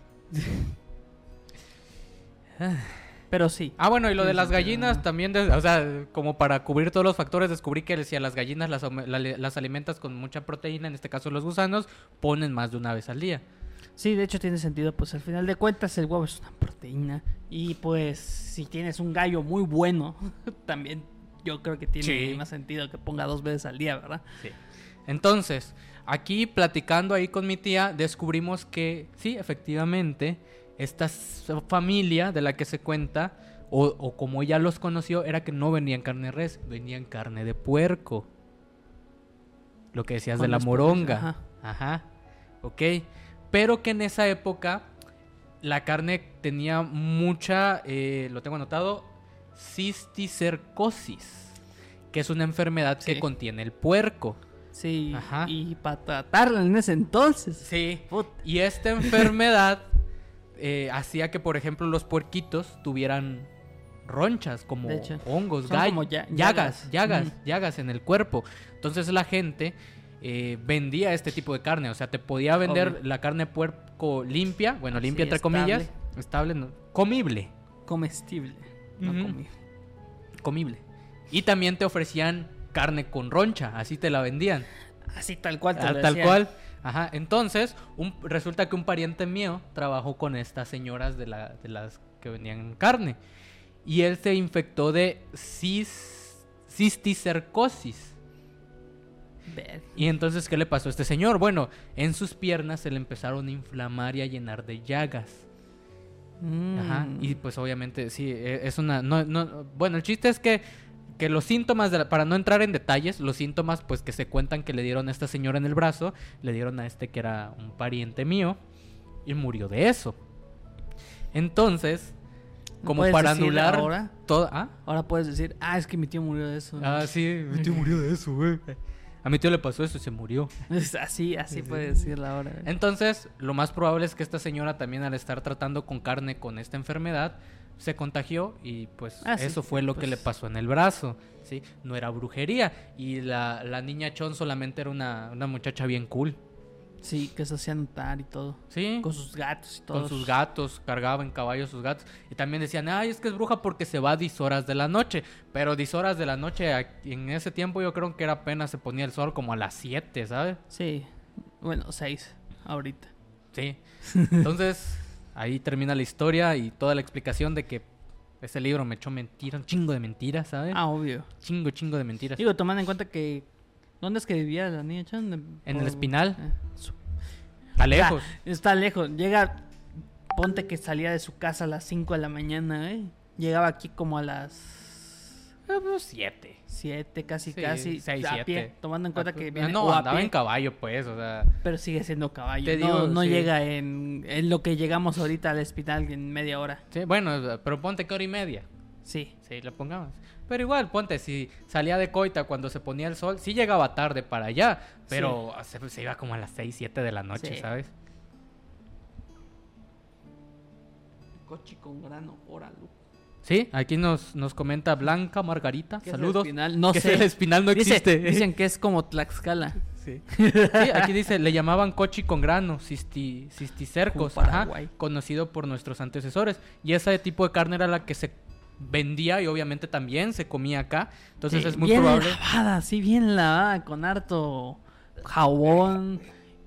Pero sí. Ah, bueno, y lo de Tiene las sentido, gallinas ¿no? también, des- o sea, como para cubrir todos los factores, descubrí que si a las gallinas las, ome- la- las alimentas con mucha proteína, en este caso los gusanos, ponen más de una vez al día. Sí, de hecho tiene sentido, pues al final de cuentas el huevo es una proteína y pues si tienes un gallo muy bueno, *laughs* también yo creo que tiene Sí. más sentido que ponga dos veces al día, ¿verdad? Sí. Entonces, aquí platicando ahí con mi tía, descubrimos que sí, efectivamente, esta s- familia de la que se cuenta, o, o como ella los conoció, era que no vendían carne de res, vendían carne de puerco. Lo que decías de Con la los puercos, moronga. Ajá. Ok. Pero que en esa época la carne tenía mucha, eh, lo tengo anotado, cisticercosis, que es una enfermedad que Sí. contiene el puerco. Sí, Ajá. y para tratarla en ese entonces. Sí. Puta. Y esta enfermedad *laughs* eh, hacía que, por ejemplo, los puerquitos tuvieran ronchas, como De hecho, hongos, son gallos, como ya- mm. llagas, llagas. llagas, Ujú. llagas en el cuerpo. Entonces la gente eh, vendía este tipo de carne, o sea, te podía vender Obvio. la carne de puerco limpia, bueno, Sí, limpia entre comillas, estable, no, comible, Comestible, no Ujú. comible. comible. Y también te ofrecían carne con roncha, así te la vendían. Así tal cual. te Ah, lo tal decían. cual. Ajá. Entonces, un- resulta que un pariente mío trabajó con estas señoras de, la- de las que vendían carne. Y él se infectó de cis- cisticercosis. Ver. Y entonces, ¿qué le pasó a este señor? Bueno, en sus piernas se le empezaron a inflamar y a llenar de llagas. Ajá. Mm. Y pues obviamente, sí, e- es una... no- no- bueno, el chiste es que, que los síntomas, de la- para no entrar en detalles, los síntomas pues que se cuentan que le dieron a esta señora en el brazo, le dieron a este que era un pariente mío y murió de eso. Entonces, como ¿Puedes para decir anular... Ahora, todo- ¿ah? ahora puedes decir, ah, es que mi tío murió de eso. *laughs* ah, sí, mi *laughs* tío murió de eso, güey. A mi tío le pasó eso y se murió. así, así puedes decirla ahora. güey. Entonces, lo más probable es que esta señora también al estar tratando con carne con esta enfermedad, se contagió y pues Ah, sí, eso fue lo que le pues. pasó en el brazo, ¿sí? No era brujería y la, la niña Chon solamente era una, una muchacha bien cool, Sí, que se hacía notar y todo. ¿sí? Con sus gatos y todo. Con sus gatos, cargaba en caballos sus gatos. Y también decían, ay, es que es bruja porque se va a 10 horas de la noche. Pero 10 horas de la noche, a- en ese tiempo yo creo que era apenas se ponía el sol como a las 7, ¿sabes? Sí. Bueno, seis. Ahorita. Sí. Entonces, *laughs* ahí termina la historia y toda la explicación de que ese libro me echó mentiras, un chingo de mentiras, ¿sabes? Ah, obvio. Chingo, chingo de mentiras. Digo, tomando en cuenta que. ¿Dónde es que vivía la niña Chan? En el Espinal. su- Está lejos. Ah, está lejos. Llega. Ponte que salía de su casa a las 5 de la mañana, ¿eh? Llegaba aquí como a las Ah, pues, siete. 7, casi, Sí, casi. seis, a siete. pie. Tomando en cuenta Ah, que pues, viene no, o a andaba pie, en caballo, pues, o sea. pero sigue siendo caballo. Te no digo, no sí. llega en, en lo que llegamos ahorita al hospital en media hora. Sí, bueno, pero ponte que hora y media. Sí. Sí, la pongamos. Pero igual, ponte, si salía de coita cuando se ponía el sol, sí llegaba tarde para allá, pero se, se iba como a las 6, 7 de la noche, Sí. ¿sabes? Coche con grano, óralo. Sí, aquí nos, nos comenta Blanca Margarita. ¿Qué es el Saludos. espinal? No Que sé. El espinal no Dice- existe. dicen que es como Tlaxcala. Sí. aquí dice, le llamaban cochi con grano, cisti, cisticercos, Como ajá, Paraguay. conocido por nuestros antecesores. Y ese tipo de carne era la que se vendía y obviamente también se comía acá. Entonces Sí, es muy bien *laughs* probable. lavada, sí, bien lavada, con harto jabón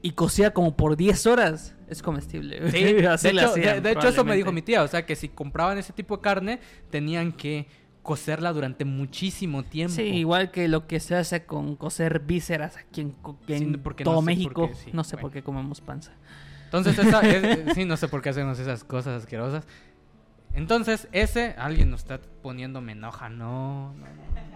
y cocida como por 10 horas. Es comestible. Sí, *laughs* así de, la hecho, hacían, de- de hecho, eso me dijo mi probablemente. tía, o sea que si compraban ese tipo de carne tenían que cocerla durante muchísimo tiempo. Sí, igual que lo que se hace con cocer vísceras aquí en, co- Sí, en porque no todo sé por México. qué, sí, no sé bueno. por qué comemos *laughs* panza. *laughs* Entonces, esa es- sí, no sé por qué hacemos esas cosas asquerosas. Entonces, ese, alguien nos está poniendo me enoja, no, no, no.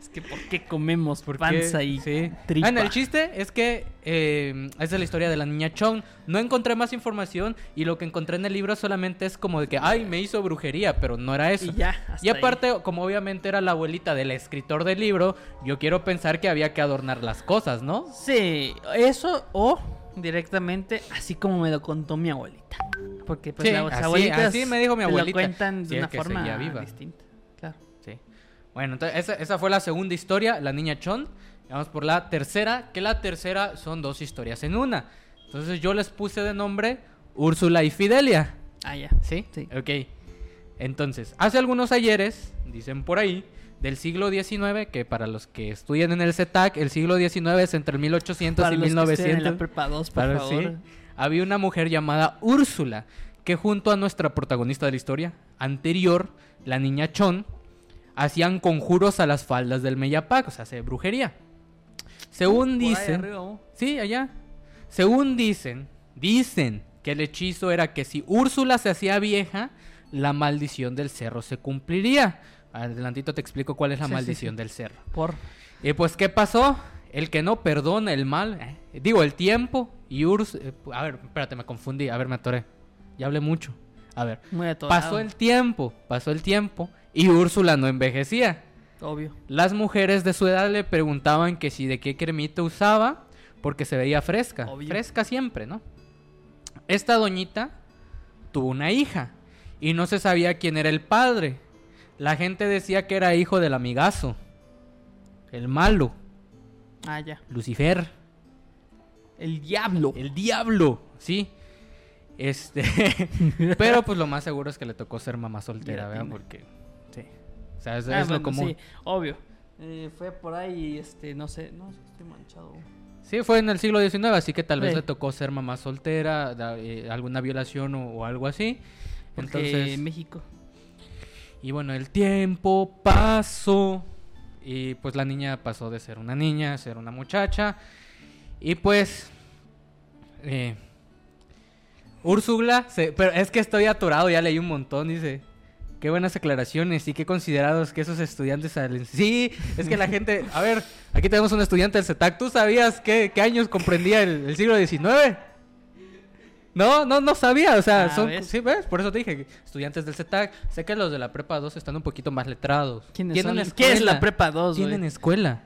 Es que ¿por qué comemos ¿Por qué? panza y Sí. tripa? Bueno, el chiste es que eh, esa es la historia de la niña Chong. No encontré más información y lo que encontré en el libro solamente es como de que, ay, me hizo brujería, pero no era eso. Y ya, hasta Y aparte, como obviamente era la abuelita del escritor del libro, yo quiero pensar que había que adornar las cosas, ¿no? ahí. Sí, eso o directamente así como me lo contó mi abuelita. Porque pues Sí, las así- abuelitas así me dijo mi te lo abuelita. cuentan de Sí, es una que seguía forma viva. distinta. Claro. Sí. Bueno, entonces esa, esa fue la segunda historia, la niña Chon. Vamos por la tercera, que la tercera son dos historias en una. Entonces yo les puse de nombre Úrsula y Fidelia. Ah, ya. ¿Sí? Sí. Ok. Entonces, hace algunos ayeres, dicen por ahí, del siglo XIX, que para los que estudian en el CETAC, el siglo XIX es entre el 1800 Para y los que estén en 1900. la prepa 2, por Claro, favor. sí. Había una mujer llamada Úrsula, que junto a nuestra protagonista de la historia anterior, la niña Chon, hacían conjuros a las faldas del Meyapac, o sea, hace brujería. Según Por ahí dicen... arriba, ¿no? Sí, allá. Según dicen, dicen que el hechizo era que si Úrsula se hacía vieja, la maldición del cerro se cumpliría. Adelantito te explico cuál es la Sí, sí, maldición sí. del cerro. Por. Y pues, ¿qué pasó? El que no perdona el mal, eh, digo, el tiempo y Úrsula... a ver, espérate, me confundí. A ver, me atoré. Ya hablé mucho. A ver. Muy atorado. Pasó el tiempo, pasó el tiempo y Úrsula no envejecía. Obvio. Las mujeres de su edad le preguntaban que si de qué cremita usaba, porque se veía fresca. Obvio. Fresca siempre, ¿no? Esta doñita tuvo una hija y no se sabía quién era el padre. La gente decía que era hijo del amigazo, el malo, Ah, ya. Lucifer, El diablo. el diablo, ¿sí? Este, *laughs* pero pues lo más seguro es que le tocó ser mamá soltera, ¿verdad? Giratina. Porque, sí. O sea, es, Ah, es lo bueno, común. Sí, obvio. Eh, fue por ahí, este, no sé. No, es que estoy manchado. Sí, fue en el siglo XIX, así que tal vez Sí. le tocó ser mamá soltera, da- eh, alguna violación o, o algo así. Porque Entonces, México. y bueno, el tiempo pasó y pues la niña pasó de ser una niña a ser una muchacha. Y pues, eh, Úrsula, se- pero es que estoy atorado, ya leí un montón, dice. Qué buenas aclaraciones y qué considerados que esos estudiantes salen. Sí, es que la gente. A ver, aquí tenemos un estudiante del CETAC. ¿Tú sabías qué, qué años comprendía el, el siglo XIX? No, no, no sabía. O sea, Ah, son. ¿ves? Sí, ¿ves? Por eso te dije, que estudiantes del CETAC. Sé que los de la prepa 2 están un poquito más letrados. ¿Quiénes Tienen son? ¿Qué es la escuela. prepa 2, güey? Tienen escuela.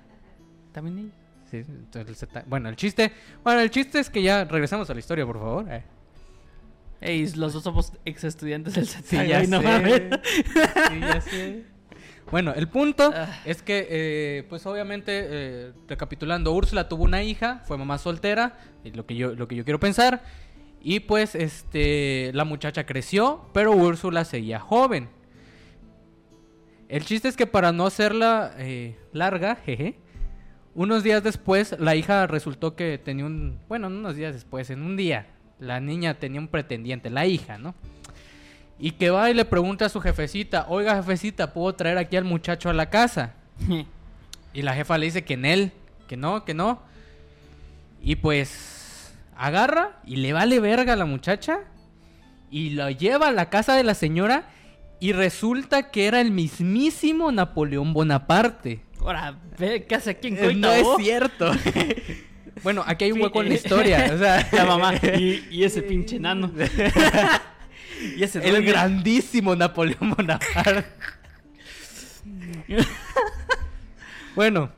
También ellos. Sí, entonces el CETAC. Bueno, el chiste. Bueno, el chiste es que ya regresamos a la historia, por favor. Eh. Ey, los dos somos ex estudiantes del CETAC. *laughs* Sí, güey, ya no sé. mames. Sí, ya sé. Bueno, el punto Ah. es que, eh, pues obviamente, eh, recapitulando, Úrsula tuvo una hija, fue mamá soltera, y lo que yo, lo que yo quiero pensar, y pues este, la muchacha creció, pero Úrsula seguía joven. El chiste es que para no hacerla eh, larga, jeje, unos días después la hija resultó que tenía un, bueno, no unos días después, en un día, la niña tenía un pretendiente, la hija, ¿no? Y que va y le pregunta a su jefecita, oiga jefecita, ¿puedo traer aquí al muchacho a la casa? Y la jefa le dice que en él, que no, que no. Y pues agarra y le vale verga a la muchacha y la lleva a la casa de la señora y resulta que era el mismísimo Napoleón Bonaparte. *laughs* Ahora, ve, ¿qué hace aquí en Eh, Coita, no es vos? cierto. *laughs* bueno, aquí hay un Sí, hueco en la eh. historia. o sea, *laughs* La mamá. Y, y ese pinche *laughs* nano. *laughs* y ese El duende. grandísimo Napoleón Bonaparte. *laughs* bueno,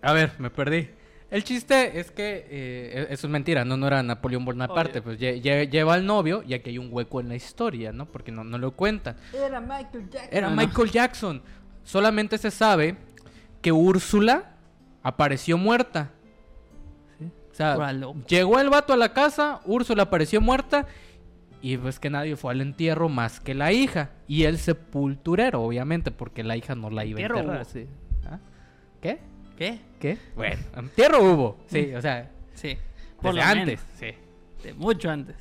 a ver, me perdí. El chiste es que eh, eso es mentira, no, no era Napoleón Bonaparte, Obvio. pues lle- lle- lleva al novio y aquí hay un hueco en la historia, ¿no? Porque no, no lo cuentan. Era Michael Jackson. Era Michael Jackson. Solamente se sabe que Úrsula apareció muerta. O sea, Pura loca. llegó el vato a la casa, Úrsula apareció muerta y pues que nadie fue al entierro más que la hija y el sepulturero, obviamente, porque la hija no la iba a Entierro enterrar. hubo. sí. ¿Ah? ¿Qué? ¿Qué? ¿Qué? Bueno, entierro hubo. Sí, o sea, Sí. Por desde lo antes, antes. sí. mucho antes.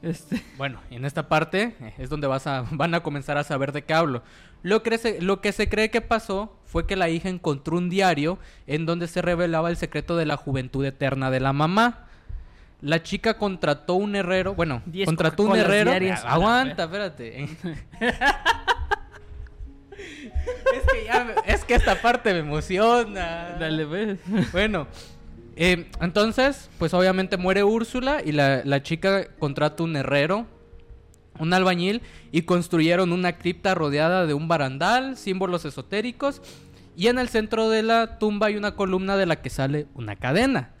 Este. Bueno, en esta parte eh, es donde vas a, *laughs* van a comenzar a saber de qué hablo. Lo que, se, lo que se cree que pasó fue que la hija encontró un diario en donde se revelaba el secreto de la juventud eterna de la mamá. La chica contrató un herrero, bueno, Diez contrató un Coca-Colas herrero. diarias. Ah, Aguanta, espérate. es, *laughs* que ya me- *laughs* es que esta parte me emociona. Dale, pues. *laughs* Bueno, eh, entonces, pues obviamente muere Úrsula y la, la chica contrata un herrero, un albañil, y construyeron una cripta rodeada de un barandal, símbolos esotéricos, y en el centro de la tumba hay una columna de la que sale una cadena.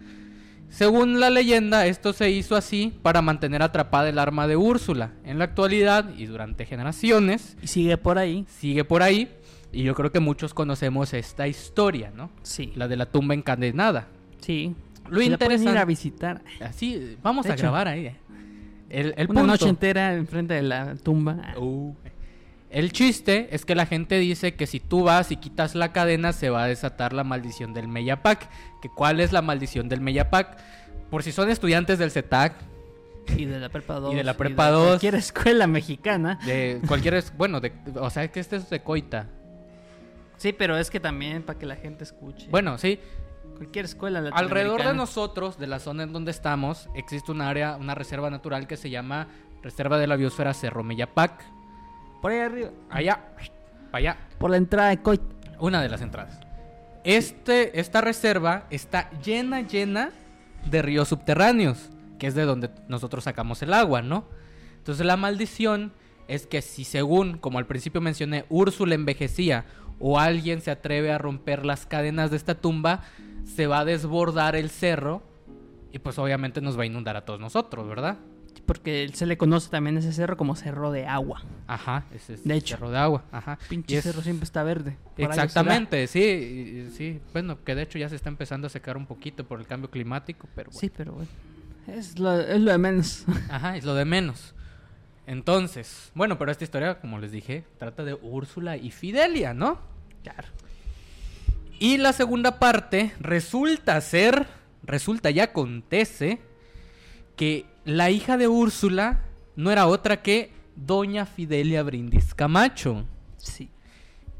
Según la leyenda, esto se hizo así para mantener atrapada el arma de Úrsula. En la actualidad y durante generaciones, Y sigue por ahí. sigue por ahí, y yo creo que muchos conocemos esta historia, ¿no? Sí. La de la tumba encadenada. Sí. Lo Si la pueden ir interesante- a visitar. Así, vamos De a hecho. grabar ahí. eh. El, el Una punto. noche entera enfrente de la tumba. Uh. El chiste es que la gente dice que si tú vas y quitas la cadena se va a desatar la maldición del Meyapac. Que ¿Cuál es la maldición del Meyapac? Por si son estudiantes del CETAC, Y de la prepa 2. Y de la prepa 2. Cualquier escuela mexicana. *laughs* de cualquier... es- bueno, de- o sea, que este es de coita. Sí, pero es que también para que la gente escuche. Bueno, sí. cualquier escuela Alrededor de latinoamericana. nosotros, de la zona en donde estamos, existe un área, una reserva natural que se llama Reserva de la Biosfera Cerro Meyapac. Por ahí arriba. Allá, para allá. Por la entrada de Coit. Una de las entradas. Este, esta reserva está llena, llena de ríos subterráneos, que es de donde nosotros sacamos el agua, ¿no? Entonces la maldición es que si según, como al principio mencioné, Úrsula envejecía o alguien se atreve a romper las cadenas de esta tumba, se va a desbordar el cerro y pues obviamente nos va a inundar a todos nosotros, ¿verdad? Porque se le conoce también ese cerro como cerro de agua. Ajá, ese es De el hecho. cerro de agua. Ajá. Pinche Y es- cerro siempre está verde. Por algo será. Exactamente, sí, y- y- sí. Bueno, que de hecho ya se está empezando a secar un poquito por el cambio climático, pero bueno. Sí, pero bueno. Es lo, es lo de menos. Ajá, es lo de menos. Entonces, bueno, pero esta historia, como les dije, trata de Úrsula y Fidelia, ¿no? Claro. Y la segunda parte resulta ser, resulta y acontece que la hija de Úrsula no era otra que Doña Fidelia Brindis Camacho. Sí.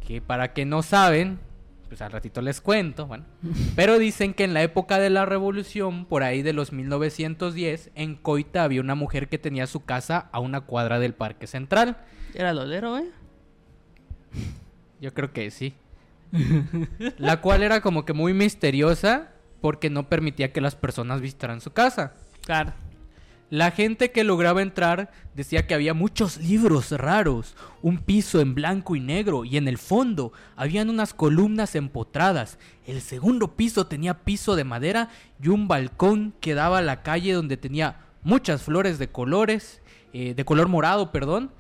que para que no saben, pues al ratito les cuento, bueno, pero dicen que en la época de la revolución, por ahí de los 1910, en Coita había una mujer que tenía su casa a una cuadra del Parque Central. Era lolero, ¿eh? Yo creo que sí. La cual era como que muy misteriosa porque no permitía que las personas visitaran su casa. Claro. La gente que lograba entrar decía que había muchos libros raros, un piso en blanco y negro y en el fondo habían unas columnas empotradas. El segundo piso tenía piso de madera y un balcón que daba a la calle donde tenía muchas flores de colores, eh, de color morado, perdón.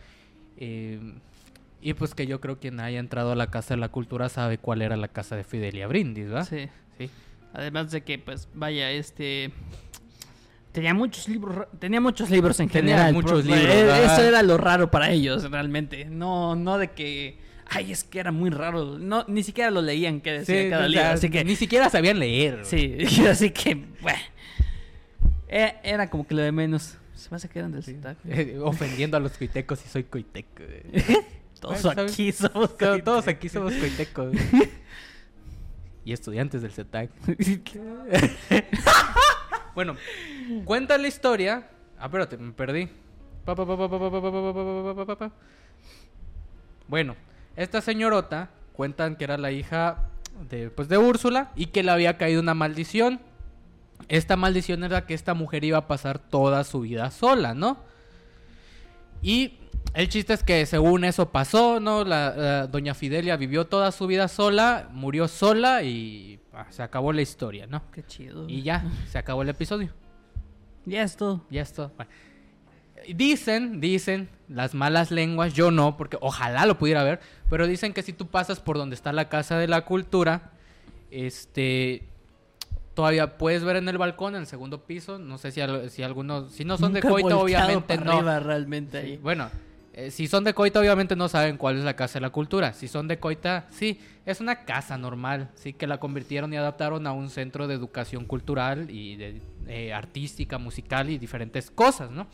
Eh, y pues que yo creo que quien haya entrado a la Casa de la Cultura sabe cuál era la casa de Fidelia Brindis, ¿verdad? Sí. Sí. Además de que, pues, vaya, este. Tenía muchos libros, ra- tenía muchos libros en Tenía general. muchos Pro- libros, ah. eh, ajá. Eso era lo raro para ellos, realmente. No, no de que, ay, es que era muy raro. No, ni siquiera lo leían que decía Sí, cada o sea, libro. Así que, Ni siquiera sabían leer. sí, *laughs* así que, bueno. Eh, Era como que lo de menos. Se me hace que eran del CITAC. Eh, *laughs* ofendiendo a los coitecos y soy coiteco. eh. Todos Bueno, ¿sabes? aquí somos. To- coitecos. *laughs* Todos aquí somos coitecos. y estudiantes del CETAC. bueno, cuenta la historia. Ah, espérate, me perdí. Pa, pa, pa, pa, pa, pa, pa, pa, pa, pa, pa, pa, pa, pa. Bueno, esta señorota cuentan que era la hija de, pues, de Úrsula y que le había caído una maldición. Esta maldición era que esta mujer iba a pasar toda su vida sola, ¿no? Y el chiste es que según eso pasó, ¿no? La, la doña Fidelia vivió toda su vida sola, murió sola y ah, se acabó la historia, ¿no? Qué chido. Y ya, se acabó el episodio. Ya es todo. Ya es todo. Bueno. Dicen, dicen las malas lenguas, yo no, porque ojalá lo pudiera ver, pero dicen que si tú pasas por donde está la Casa de la Cultura, este todavía puedes ver en el balcón, en el segundo piso, no sé si, al- si algunos, si no son Nunca he de Coita, volteado obviamente para no. arriba, realmente. Sí, ahí. Bueno, eh, si son de Coita, obviamente no saben cuál es la Casa de la Cultura. Si son de Coita, sí, es una casa normal, sí, que la convirtieron y adaptaron a un centro de educación cultural y de, eh, artística, musical y diferentes cosas, ¿no?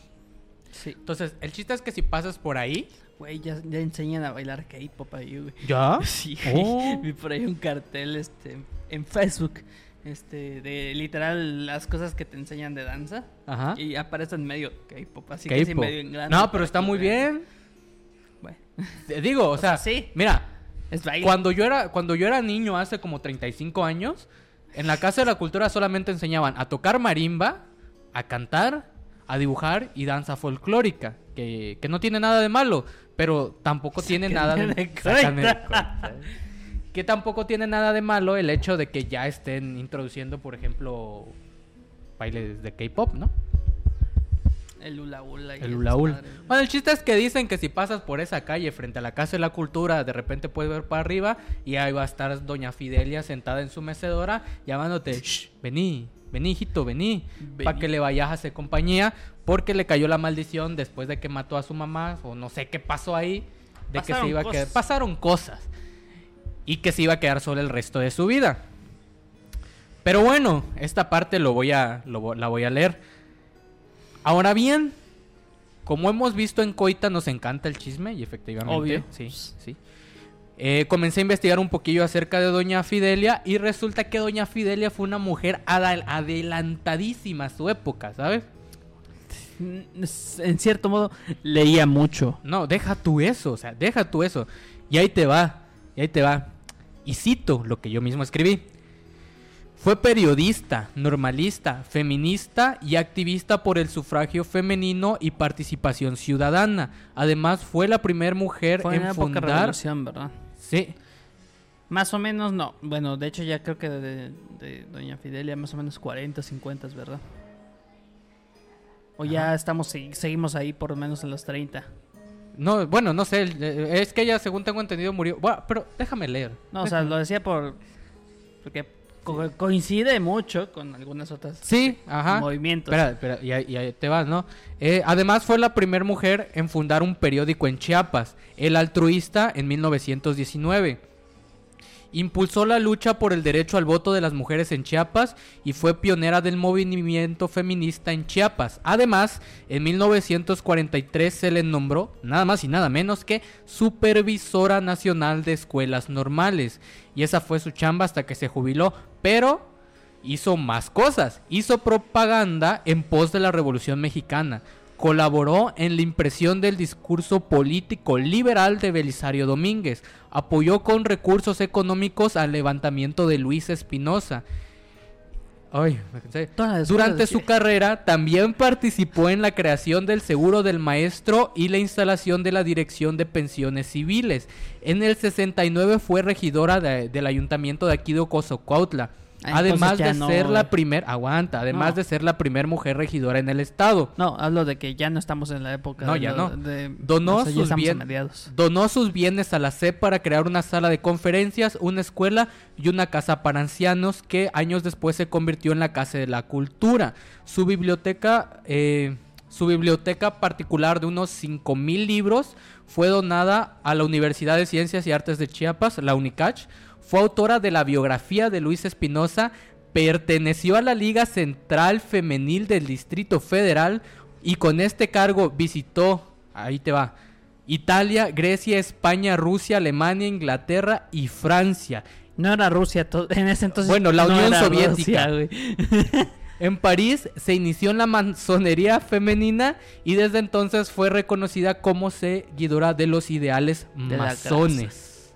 Sí. Entonces, el chiste es que si pasas por ahí... Güey, ya, ya enseñan a bailar K-pop ahí, güey. ¿Ya? *laughs* Sí, güey. Oh. Vi por ahí un cartel este, en Facebook este, de literal las cosas que te enseñan de danza. Ajá. Y aparece en medio K-pop, así que sí, Ah. K-pop. medio en grande. no, para pero está que muy lo vean. bien. Bueno, Te Digo, o sea, sea, sí. mira, es baile. Cuando yo era, cuando yo era niño hace como 35 años, en la Casa de la Cultura solamente enseñaban a tocar marimba, a cantar, a dibujar y danza folclórica, que, que no tiene nada de malo, pero tampoco tiene Sáquenme nada de, de Sáquenme de coita. coita. que tampoco tiene nada de malo el hecho de que ya estén introduciendo, por ejemplo, bailes de K-pop, ¿no? El hula hula. y El esas hula hula. madres, güey. Bueno, el chiste es que dicen que si pasas por esa calle frente a la Casa de la Cultura, de repente puedes ver para arriba y ahí va a estar Doña Fidelia sentada en su mecedora llamándote, "Shh, vení, vení hijito, vení, para Vení. que le vayas a hacer compañía porque le cayó la maldición después de que mató a su mamá o no sé qué pasó ahí. de que Pasaron se iba a quedar. cosas. Pasaron cosas. Y que se iba a quedar solo el resto de su vida. Pero bueno, esta parte lo voy a, lo vo- la voy a leer. Ahora bien, como hemos visto en Coita, nos encanta el chisme y efectivamente. Obvio. Sí, sí. Eh, comencé a investigar un poquillo acerca de Doña Fidelia y resulta que Doña Fidelia fue una mujer adal- adelantadísima a su época, ¿sabes? En cierto modo, leía mucho. No, deja tú eso, o sea, deja tú eso. Y ahí te va, y ahí te va. Y cito lo que yo mismo escribí. Fue periodista, normalista, feminista y activista por el sufragio femenino y participación ciudadana. Además, fue la primera mujer Fue en en una época de fundar. revolución, ¿verdad? Sí, Más o menos no. Bueno, de hecho ya creo que de, de Doña Fidelia más o menos 40, 50, ¿verdad? O ya estamos, segui- seguimos ahí por lo menos en los 30. no, bueno, no sé, el- eh, es que ella, según tengo entendido, murió. Bueno, pero déjame leer. No, o sea, lo decía por... Porque co- coincide mucho con algunas otras Sí, ajá. movimientos. Espera, espera, y ahí, y ahí te vas, ¿no? Eh, además fue la primera mujer en fundar un periódico en Chiapas, El Altruista, en 1919. Impulsó la lucha por el derecho al voto de las mujeres en Chiapas y fue pionera del movimiento feminista en Chiapas. Además, en 1943 se le nombró, nada más y nada menos que Supervisora Nacional de Escuelas Normales. Y esa fue su chamba hasta que se jubiló, pero hizo más cosas. Hizo propaganda en pos de la Revolución Mexicana. Colaboró en la impresión del discurso político liberal de Belisario Domínguez. Apoyó con recursos económicos al levantamiento de Luis Espinosa. Ay, me cansé. Todas las escuelas de Durante su Chile. carrera también participó en la creación del seguro del maestro y la instalación de la dirección de pensiones civiles. En el 69 fue regidora de- del ayuntamiento de aquí de Ocosocuautla. Ah, Además entonces ya de no, ser eh. la primer, aguanta, además No. de ser la primer mujer regidora en el estado. No, hablo de que ya no estamos en la época No, de ya lo- no. de- Donó o sea, ya sus estamos bien- a mediados. Donó sus bienes a la SEP para crear una sala de conferencias, una escuela y una casa para ancianos que años después se convirtió en la Casa de la Cultura. Su biblioteca, eh, su biblioteca particular de unos 5.000 libros fue donada a la Universidad de Ciencias y Artes de Chiapas, la UNICACH. Fue autora de la biografía de Luis Espinosa, perteneció a la Liga Central Femenil del Distrito Federal y con este cargo visitó, ahí te va, Italia, Grecia, España, Rusia, Alemania, Inglaterra y Francia. No era Rusia to- *laughs* en ese entonces. Bueno, la no Unión era Soviética. Rusia, güey. En París se inició en la masonería femenina y desde entonces fue reconocida como seguidora de los ideales De la masones.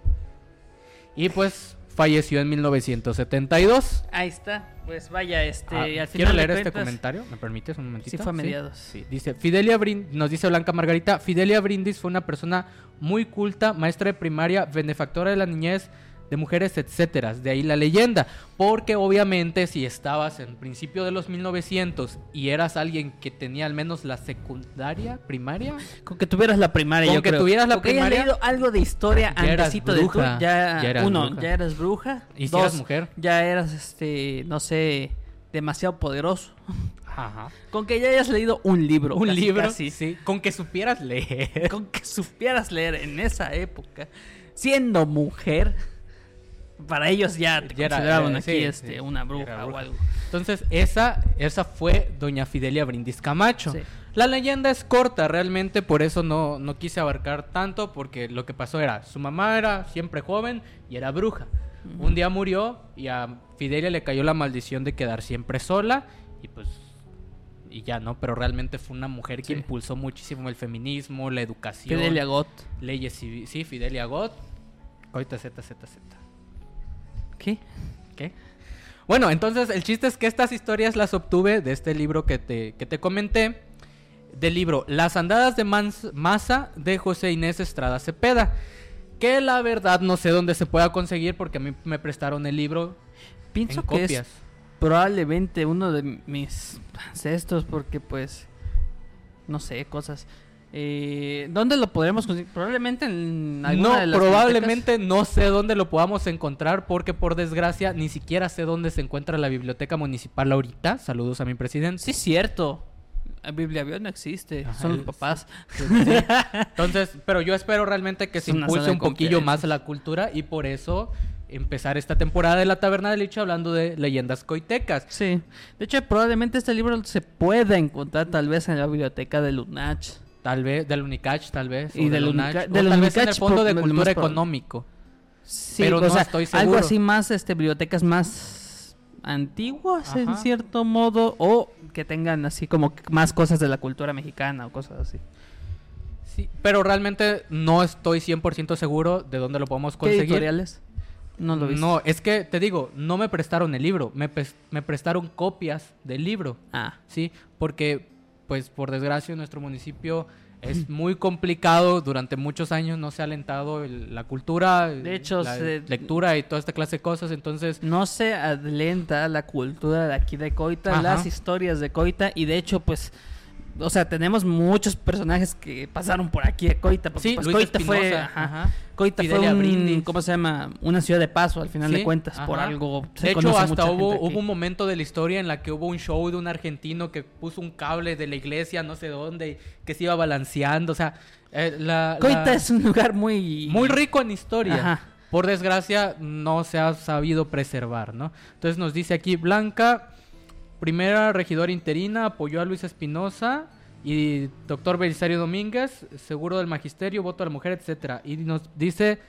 Y pues falleció en 1972. Ahí está. Pues vaya, este. Ah, al final quiero de leer este cuentas- comentario, ¿me permites un momentito? Sí, fue a mediados. Sí, dice Fidelia Brind- nos dice Blanca Margarita, Fidelia Brindis fue una persona muy culta, maestra de primaria, benefactora de la niñez, de mujeres, etcétera. De ahí la leyenda, porque obviamente si estabas en principio de los 1900 y eras alguien que tenía al menos la secundaria, primaria, Con que tuvieras la primaria, Con yo que creo. tuvieras la Con que hayas primaria, leído algo de historia ya eras antesito de tú. bruja, Ya, ya eras uno, bruja. ya eras bruja. y si dos, eras mujer, ya eras, este, no sé, demasiado poderoso. *laughs* ajá, Con que ya hayas leído un libro. un casi, libro, casi. sí, con que supieras leer. *laughs* Con que supieras leer en esa época, siendo mujer, para ellos ya te Ya era- consideraban eh, aquí sí, este, sí, una era bruja o bruja. algo. Entonces, esa, esa fue Doña Fidelia Brindis Camacho. Sí. La leyenda es corta, realmente, por eso no, no quise abarcar tanto, porque lo que pasó era, su mamá era siempre joven y era bruja. Un día murió y a Fidelia le cayó la maldición de quedar siempre sola y pues... Y ya, ¿no? Pero realmente fue una mujer Sí. que impulsó muchísimo el feminismo, la educación, Fidelia Gott. leyes civi- Sí, Fidelia Gott. Coita Z, Z, Z. ¿Qué? ¿Qué? Bueno, entonces el chiste es que estas historias las obtuve de este libro que te, que te comenté. Del libro Las andadas de Mans- Masa de José Inés Estrada Cepeda. Que la verdad no sé dónde se pueda conseguir porque a mí me prestaron el libro Pienso en que copias. es probablemente uno de mis ancestros porque pues no sé cosas Eh, dónde lo podremos conseguir probablemente en alguna No, de las probablemente no sé dónde lo podamos encontrar porque por desgracia ni siquiera sé dónde se encuentra la biblioteca municipal ahorita. Saludos a mi bibliotecas. presidente. sí es cierto La Biblia Bio no existe, Ajá, son los el- papás. Entonces, pero yo espero realmente que se Es una impulse sana un poquillo competencia. más la cultura y por eso empezar esta temporada de la Taberna del Licho hablando de leyendas coitecas. *laughs* Sí. De hecho, probablemente este libro se pueda encontrar tal vez en la biblioteca de Lunach. Tal vez del Unicach, tal vez. Y o del del Unica- UNACH, o del tal vez en el Unicach, Fondo por- de lo más Cultura probable. Económico. Sí, Pero o no sea, estoy algo seguro. así más, este, bibliotecas más antiguas en Ajá. cierto modo o que tengan así como que más cosas de la cultura mexicana o cosas así. Sí, pero realmente no estoy 100% seguro de dónde lo podemos ¿Qué conseguir. editoriales? No lo viste. No, es que te digo, no me prestaron el libro, me, pres- me prestaron copias del libro. Ah, Sí, porque, pues, por desgracia, en nuestro municipio *laughs* es muy complicado. Durante muchos años no se ha alentado el- la cultura, De hecho, la se- lectura y toda esta clase de cosas. Entonces, no se adelanta la cultura de aquí de Coita, Ajá. las historias de Coita y de hecho pues o sea, tenemos muchos personajes que pasaron por aquí de Coita, porque sí, pues, Luis Coita fue, Espinosa, ajá, ajá. Coita fue Fidelia un- Brindis. ¿cómo se llama? Una ciudad de paso al final de Sí, cuentas, por ajá. algo se De hecho, conoce mucha hasta gente hubo, aquí. hubo un momento de la historia en la que hubo un show de un argentino que puso un cable de la iglesia, no sé dónde, y que se iba balanceando. O sea, eh, la, Coita la- es un lugar muy... muy rico en historia. Ajá. Por desgracia, no se ha sabido preservar, ¿no? Entonces nos dice aquí Blanca, primera regidora interina, apoyó a Luis Espinosa y doctor Belisario Domínguez, seguro del magisterio, voto a la mujer, etcétera. Y nos dice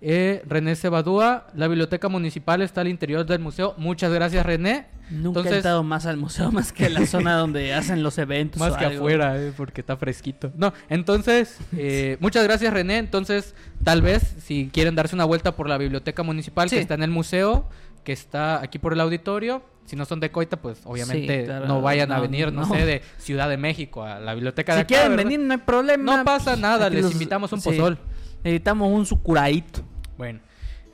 eh, René Cebadúa, la biblioteca municipal está al interior del museo. Muchas gracias, René. Nunca he Entonces- entrado más al museo *laughs* más que en la zona donde hacen los eventos. Más o que Pues algo. afuera, eh, porque está fresquito. No, entonces, *laughs* eh, muchas gracias René. Entonces, tal vez si quieren darse una vuelta por la biblioteca municipal Sí. que está en el museo, que está aquí por el auditorio, si no son de Coita, pues obviamente Sí, claro, no vayan a no, venir, no, no. sé, de Ciudad de México a la biblioteca de Si acá, quieren ¿verdad? venir, no hay problema. no pasa nada, Aquí les los- invitamos un sí. pozol. Necesitamos un sucuradito. Bueno,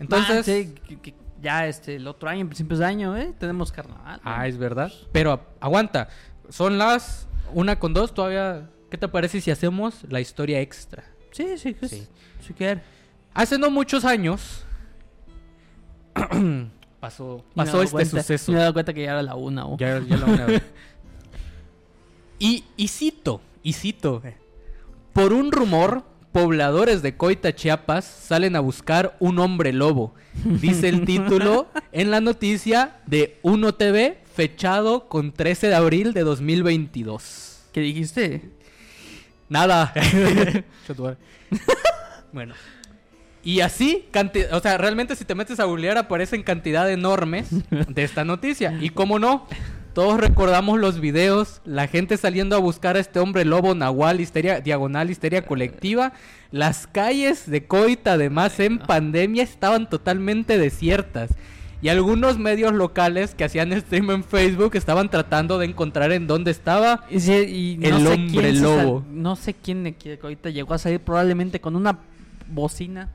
entonces... Ah, sí, que- que ya este, el otro año, en principios de año, ¿eh? Tenemos carnaval. Ah, es verdad. Pero a- aguanta, son las una con dos todavía. ¿Qué te parece si hacemos la historia extra? Sí, sí, que es- Sí. Si quieren. Hace no muchos años *clears throat* Y pasó, me he pasó dado este cuenta- suceso. Me he dado cuenta que ya era la una. oh. *laughs* Ya- ya lo van a ver. y, y cito, y cito, por un rumor, pobladores de Coita, Chiapas, salen a buscar un hombre lobo. Dice el título en la noticia de Uno TV, fechado con 13 de abril de 2022. ¿Qué dijiste? Nada. *laughs* bueno. Y así, canti- o sea, realmente si te metes a googlear aparecen cantidad enormes de esta noticia. Y cómo no, todos recordamos los videos, la gente saliendo a buscar a este hombre lobo nahual, histeria, diagonal, histeria colectiva. Las calles de Coita, además, en pandemia estaban totalmente desiertas. Y algunos medios locales que hacían stream en Facebook estaban tratando de encontrar en dónde estaba Y sí, y no El sé hombre quién se sal- lobo. No sé quién de aquí ahorita llegó a salir probablemente con una bocina.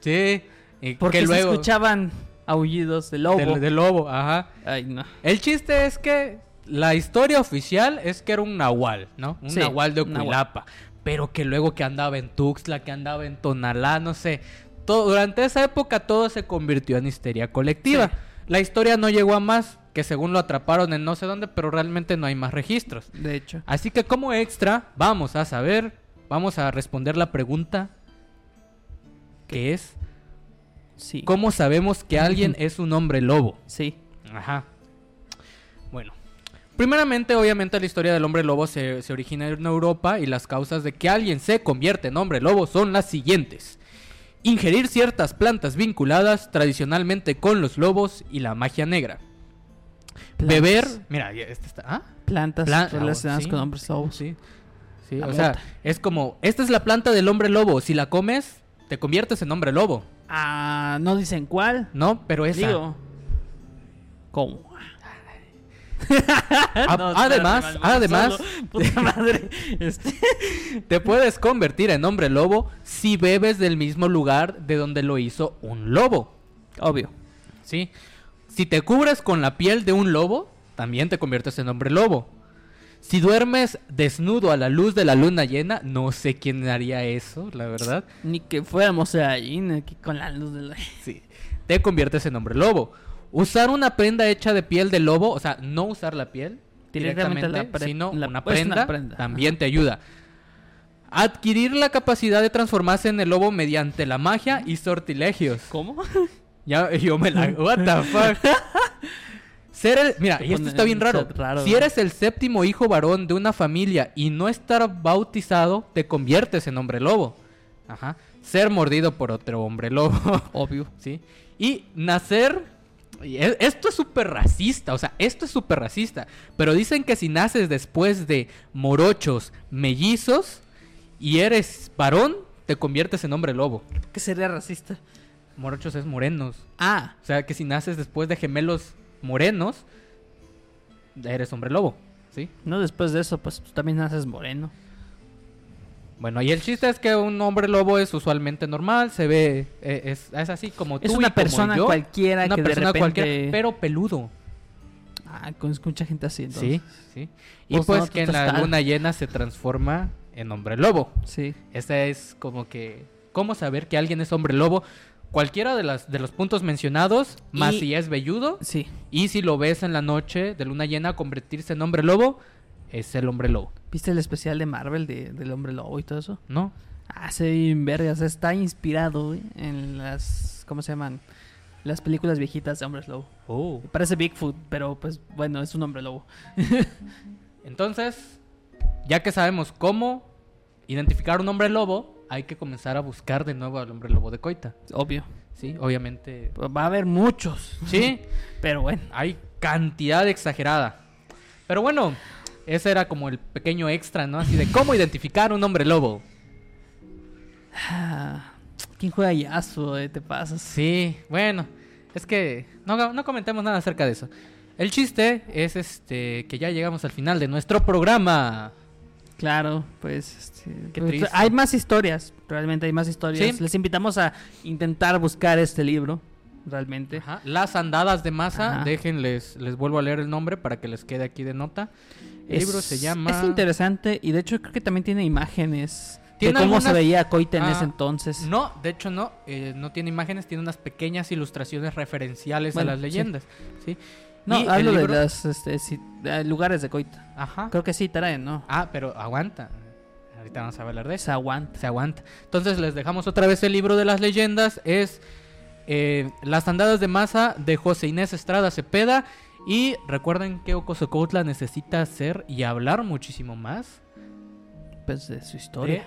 Sí. y Porque que se luego escuchaban aullidos de lobo. Del, del lobo, ajá. Ay, no. El chiste es que la historia oficial es que era un nahual, ¿no? Un Sí, nahual de un nahual. Oculapa. Pero que luego que andaba en Tuxtla, que andaba en Tonalá, no sé. Todo, durante esa época todo se convirtió en histeria colectiva. Sí. La historia no llegó a más, que según lo atraparon en no sé dónde, pero realmente no hay más registros. De hecho. Así que como extra, vamos a saber, vamos a responder la pregunta que es, Sí. ¿cómo sabemos que alguien es un hombre lobo? Sí. Ajá. Bueno. Primeramente, obviamente, la historia del hombre lobo se, se origina en Europa y las causas de que alguien se convierte en hombre lobo son las siguientes. Ingerir ciertas plantas vinculadas tradicionalmente con los lobos y la magia negra. Plantas. Beber... Mira, ya- este está... ¿ah? Plantas Plan- oh, relacionadas sí. con hombres lobos. Sí. Sí, La o sea, mota. es como... Esta es la planta del hombre lobo. Si la comes, te conviertes en hombre lobo. Ah, no dicen cuál. ¿No? Pero esa... Digo. ¿Cómo? A- *laughs* No, Ah, además, espérate, Balbo, además... solo. *laughs* Puta madre. Este, Te puedes convertir en hombre lobo si bebes del mismo lugar de donde lo hizo un lobo. Obvio. ¿Sí? Si te cubres con la piel de un lobo, también te conviertes en hombre lobo. Si duermes desnudo a la luz de la luna llena, no sé quién haría eso, la verdad. Ni que fuéramos ahí, ni que con la luz de la. *laughs* Sí. Te conviertes en hombre lobo. Usar una prenda hecha de piel de lobo, o sea, no usar la piel, Directamente directamente, la pre- sino la- una, pues, prenda una prenda, ajá. también te ayuda. Adquirir la capacidad de transformarse en el lobo mediante la magia y sortilegios. ¿Cómo? Ya, *laughs* yo me la... What the *laughs* fuck? Ser el... Mira, Te y esto pone está bien un raro. chat raro, si güey. eres el séptimo hijo varón de una familia y no estar bautizado, te conviertes en hombre lobo. Ajá. Ser mordido por otro hombre lobo. *laughs* Obvio. ¿sí? Y nacer... y e- Esto es súper racista, o sea, esto es súper racista. Pero dicen que si naces después de morochos, mellizos y eres varón, te conviertes en hombre lobo. ¿Qué sería racista? Morochos es morenos. Ah, O sea, que si naces después de gemelos morenos, eres hombre lobo, ¿sí? no después de eso, pues tú también naces moreno. Bueno, y el chiste es que un hombre lobo es usualmente normal, se ve, eh, es, es así como tú Es y una como persona yo, cualquiera una que de persona repente... cualquiera, pero peludo, Ah, conozco mucha gente así, entonces. ¿sí? ¿sí? Y Pues pues no, tú que en estás la tan- luna llena se transforma en hombre lobo. Sí. Esta es como que, ¿cómo saber que alguien es hombre lobo? Cualquiera de, las, de los puntos mencionados, más Y- si es velludo, Sí. Y si lo ves en la noche de luna llena convertirse en hombre lobo, es el hombre lobo, ¿Viste el especial de Marvel de- del Hombre Lobo y todo eso? ¿no? Ah, se ve bien verga. O sea, está inspirado güey, en las... ¿Cómo se llaman? Las películas viejitas de Hombres Lobo. Oh. Parece Bigfoot, pero pues bueno, es un hombre lobo. Entonces, ya que sabemos cómo identificar un hombre lobo, hay que comenzar a buscar de nuevo al hombre lobo de Coita. Obvio. Sí, obviamente. Va a haber muchos. Sí, Pero bueno. hay cantidad exagerada. Pero bueno, ese era como el pequeño extra, ¿no? Así de cómo identificar un hombre lobo. Ah, ¿Quién juega Yasuo? eh? Te pasas. Sí, bueno, es que no, no comentemos nada acerca de eso. El chiste es este que ya llegamos al final de nuestro programa. Claro, pues. este, Qué pues, triste. Hay más historias. Realmente hay más historias. Sí. Les invitamos a intentar buscar este libro. Realmente. Ajá, Las andadas de masa, Ajá. déjenles, les vuelvo a leer el nombre para que les quede aquí de nota. El Es- libro se llama Es interesante y de hecho creo que también tiene imágenes. Tiene de cómo se algunas- veía Coita en Ah, ese entonces. No, de hecho no, eh, no tiene imágenes, tiene unas pequeñas ilustraciones referenciales Bueno, a las sí. leyendas, ¿sí? No, Y el hablo libro- de los lugares de Coita. Ajá. Creo que sí, traen, ¿no? Ah, pero aguanta. Ahorita vamos a hablar de eso. Se aguanta. se aguanta. Entonces les dejamos otra vez el libro de las leyendas. Es eh, Las andadas de masa de José Inés Estrada Cepeda. Y recuerden que Ocosocoutla necesita hacer y hablar muchísimo más Pues de su de, historia.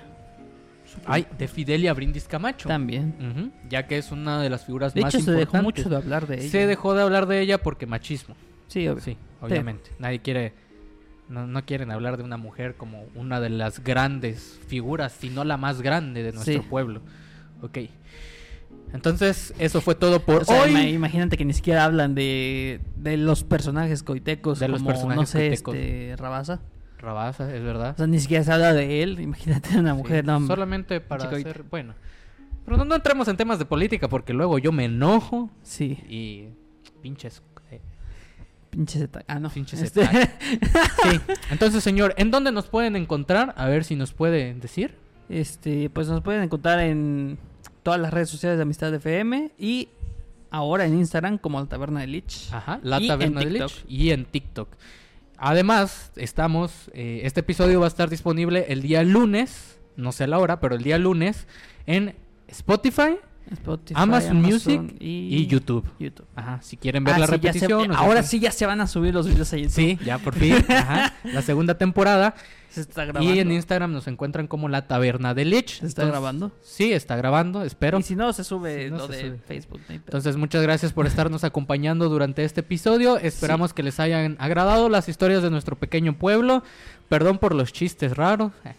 ay, de Fidelia Brindis Camacho. También. Ujú, ya que es una de las figuras De más hecho, se importantes. dejó mucho de hablar de ella. Se dejó de hablar de ella porque machismo. Sí, obvio. Sí, obviamente. Nadie quiere. No, no quieren hablar de una mujer como una de las grandes figuras, sino la más grande de nuestro Sí. pueblo. Ok. Entonces, eso fue todo por O sea, hoy. ima- imagínate que ni siquiera hablan de, de los personajes coitecos, De de los como, no personajes sé, coitecos. este, Rabasa. Rabasa, es O verdad. sea, ni siquiera se habla de él. Imagínate una mujer, Sí, no, hombre. Solamente para chico, hacer. Bueno. Pero no, no entremos en temas de política porque luego yo me enojo Sí, y. Pinches. *laughs* eh, pinche Zeta- Ah, no. Pinche Este- *laughs* Sí. Entonces, señor, ¿en dónde nos pueden encontrar? A ver si nos puede decir. Este, pues nos pueden encontrar en todas las redes sociales de Amistad FM y ahora en Instagram como La Taberna de Lich. Ajá, la Y en taberna de TikTok. Lich y en TikTok. Además, estamos, eh, este episodio va a estar disponible el día lunes, no sé la hora, pero el día lunes en Spotify Spotify, Amazon Music y, y YouTube. YouTube. Ajá, si quieren ver Ah, la sí, ya se- repetición. o sea, pues, ahora sí ya se van a subir los videos a YouTube. Sí, ya *laughs* por fin. Ajá, la segunda temporada. Se está grabando. Y en Instagram nos encuentran como la taberna de Lich. ¿Se está grabando? Sí, está grabando, espero. Y si no, se sube Si no, lo se de sube. Facebook. no hay pedo. Entonces, muchas gracias por estarnos acompañando durante este episodio. Esperamos que les hayan agradado las historias de nuestro pequeño pueblo. Perdón por los chistes raros. Eh,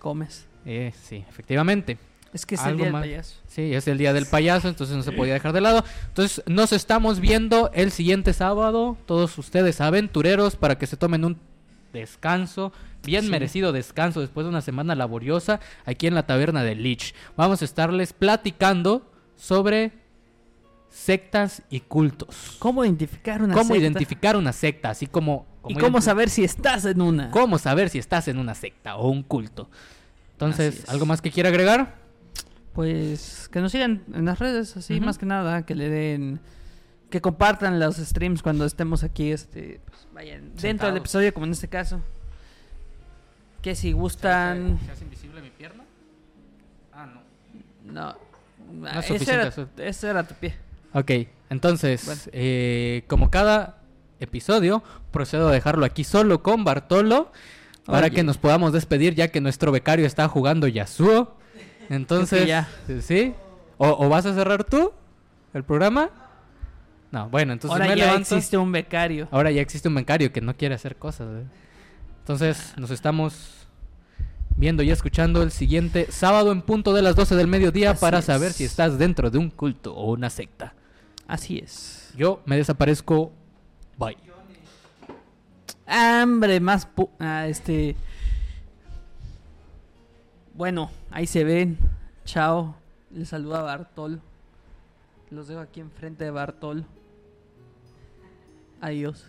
comes. eh, sí, efectivamente. Es que es el Algo día del más. payaso. Sí, es el día del payaso, entonces no se podía dejar de lado. Entonces, nos estamos viendo el siguiente sábado, todos ustedes aventureros, para que se tomen un descanso, bien Sí. merecido descanso después de una semana laboriosa aquí en la taberna de Lich. Vamos a estarles platicando sobre sectas y cultos. ¿Cómo identificar una cómo secta? identificar una secta, así como... ¿Y cómo identi- saber si estás en una? cómo saber si estás en una secta o un culto. Así Entonces, es. ¿algo más que quiera agregar? Pues que nos sigan en las redes, así Ujú. más que nada, que le den que compartan los streams cuando estemos aquí, este, pues, vayan dentro del Sentados. episodio, como en este caso. Que si gustan. ¿Se hace invisible mi pierna? Ah, no. No. ah, es ese, era, suficiente ese era tu pie. Ok, entonces, Bueno. eh, como cada episodio, procedo a dejarlo aquí solo con Bartolo para Oye. que nos podamos despedir ya que nuestro becario está jugando Yasuo. Entonces, ya. ¿sí? ¿O, o vas a cerrar tú el programa? No, bueno, entonces Ahora me ya levanto. existe un becario. Ahora ya existe un becario que no quiere hacer cosas. ¿eh? Entonces, nos estamos viendo y escuchando el siguiente sábado en punto de las 12 del mediodía Así para es. saber si estás dentro de un culto o una secta. Así es. Yo me desaparezco. Bye. Hambre más pu- ah, este. Bueno, ahí se ven. Chao. Les saluda Bartol. Los dejo aquí enfrente de Bartol. Adiós.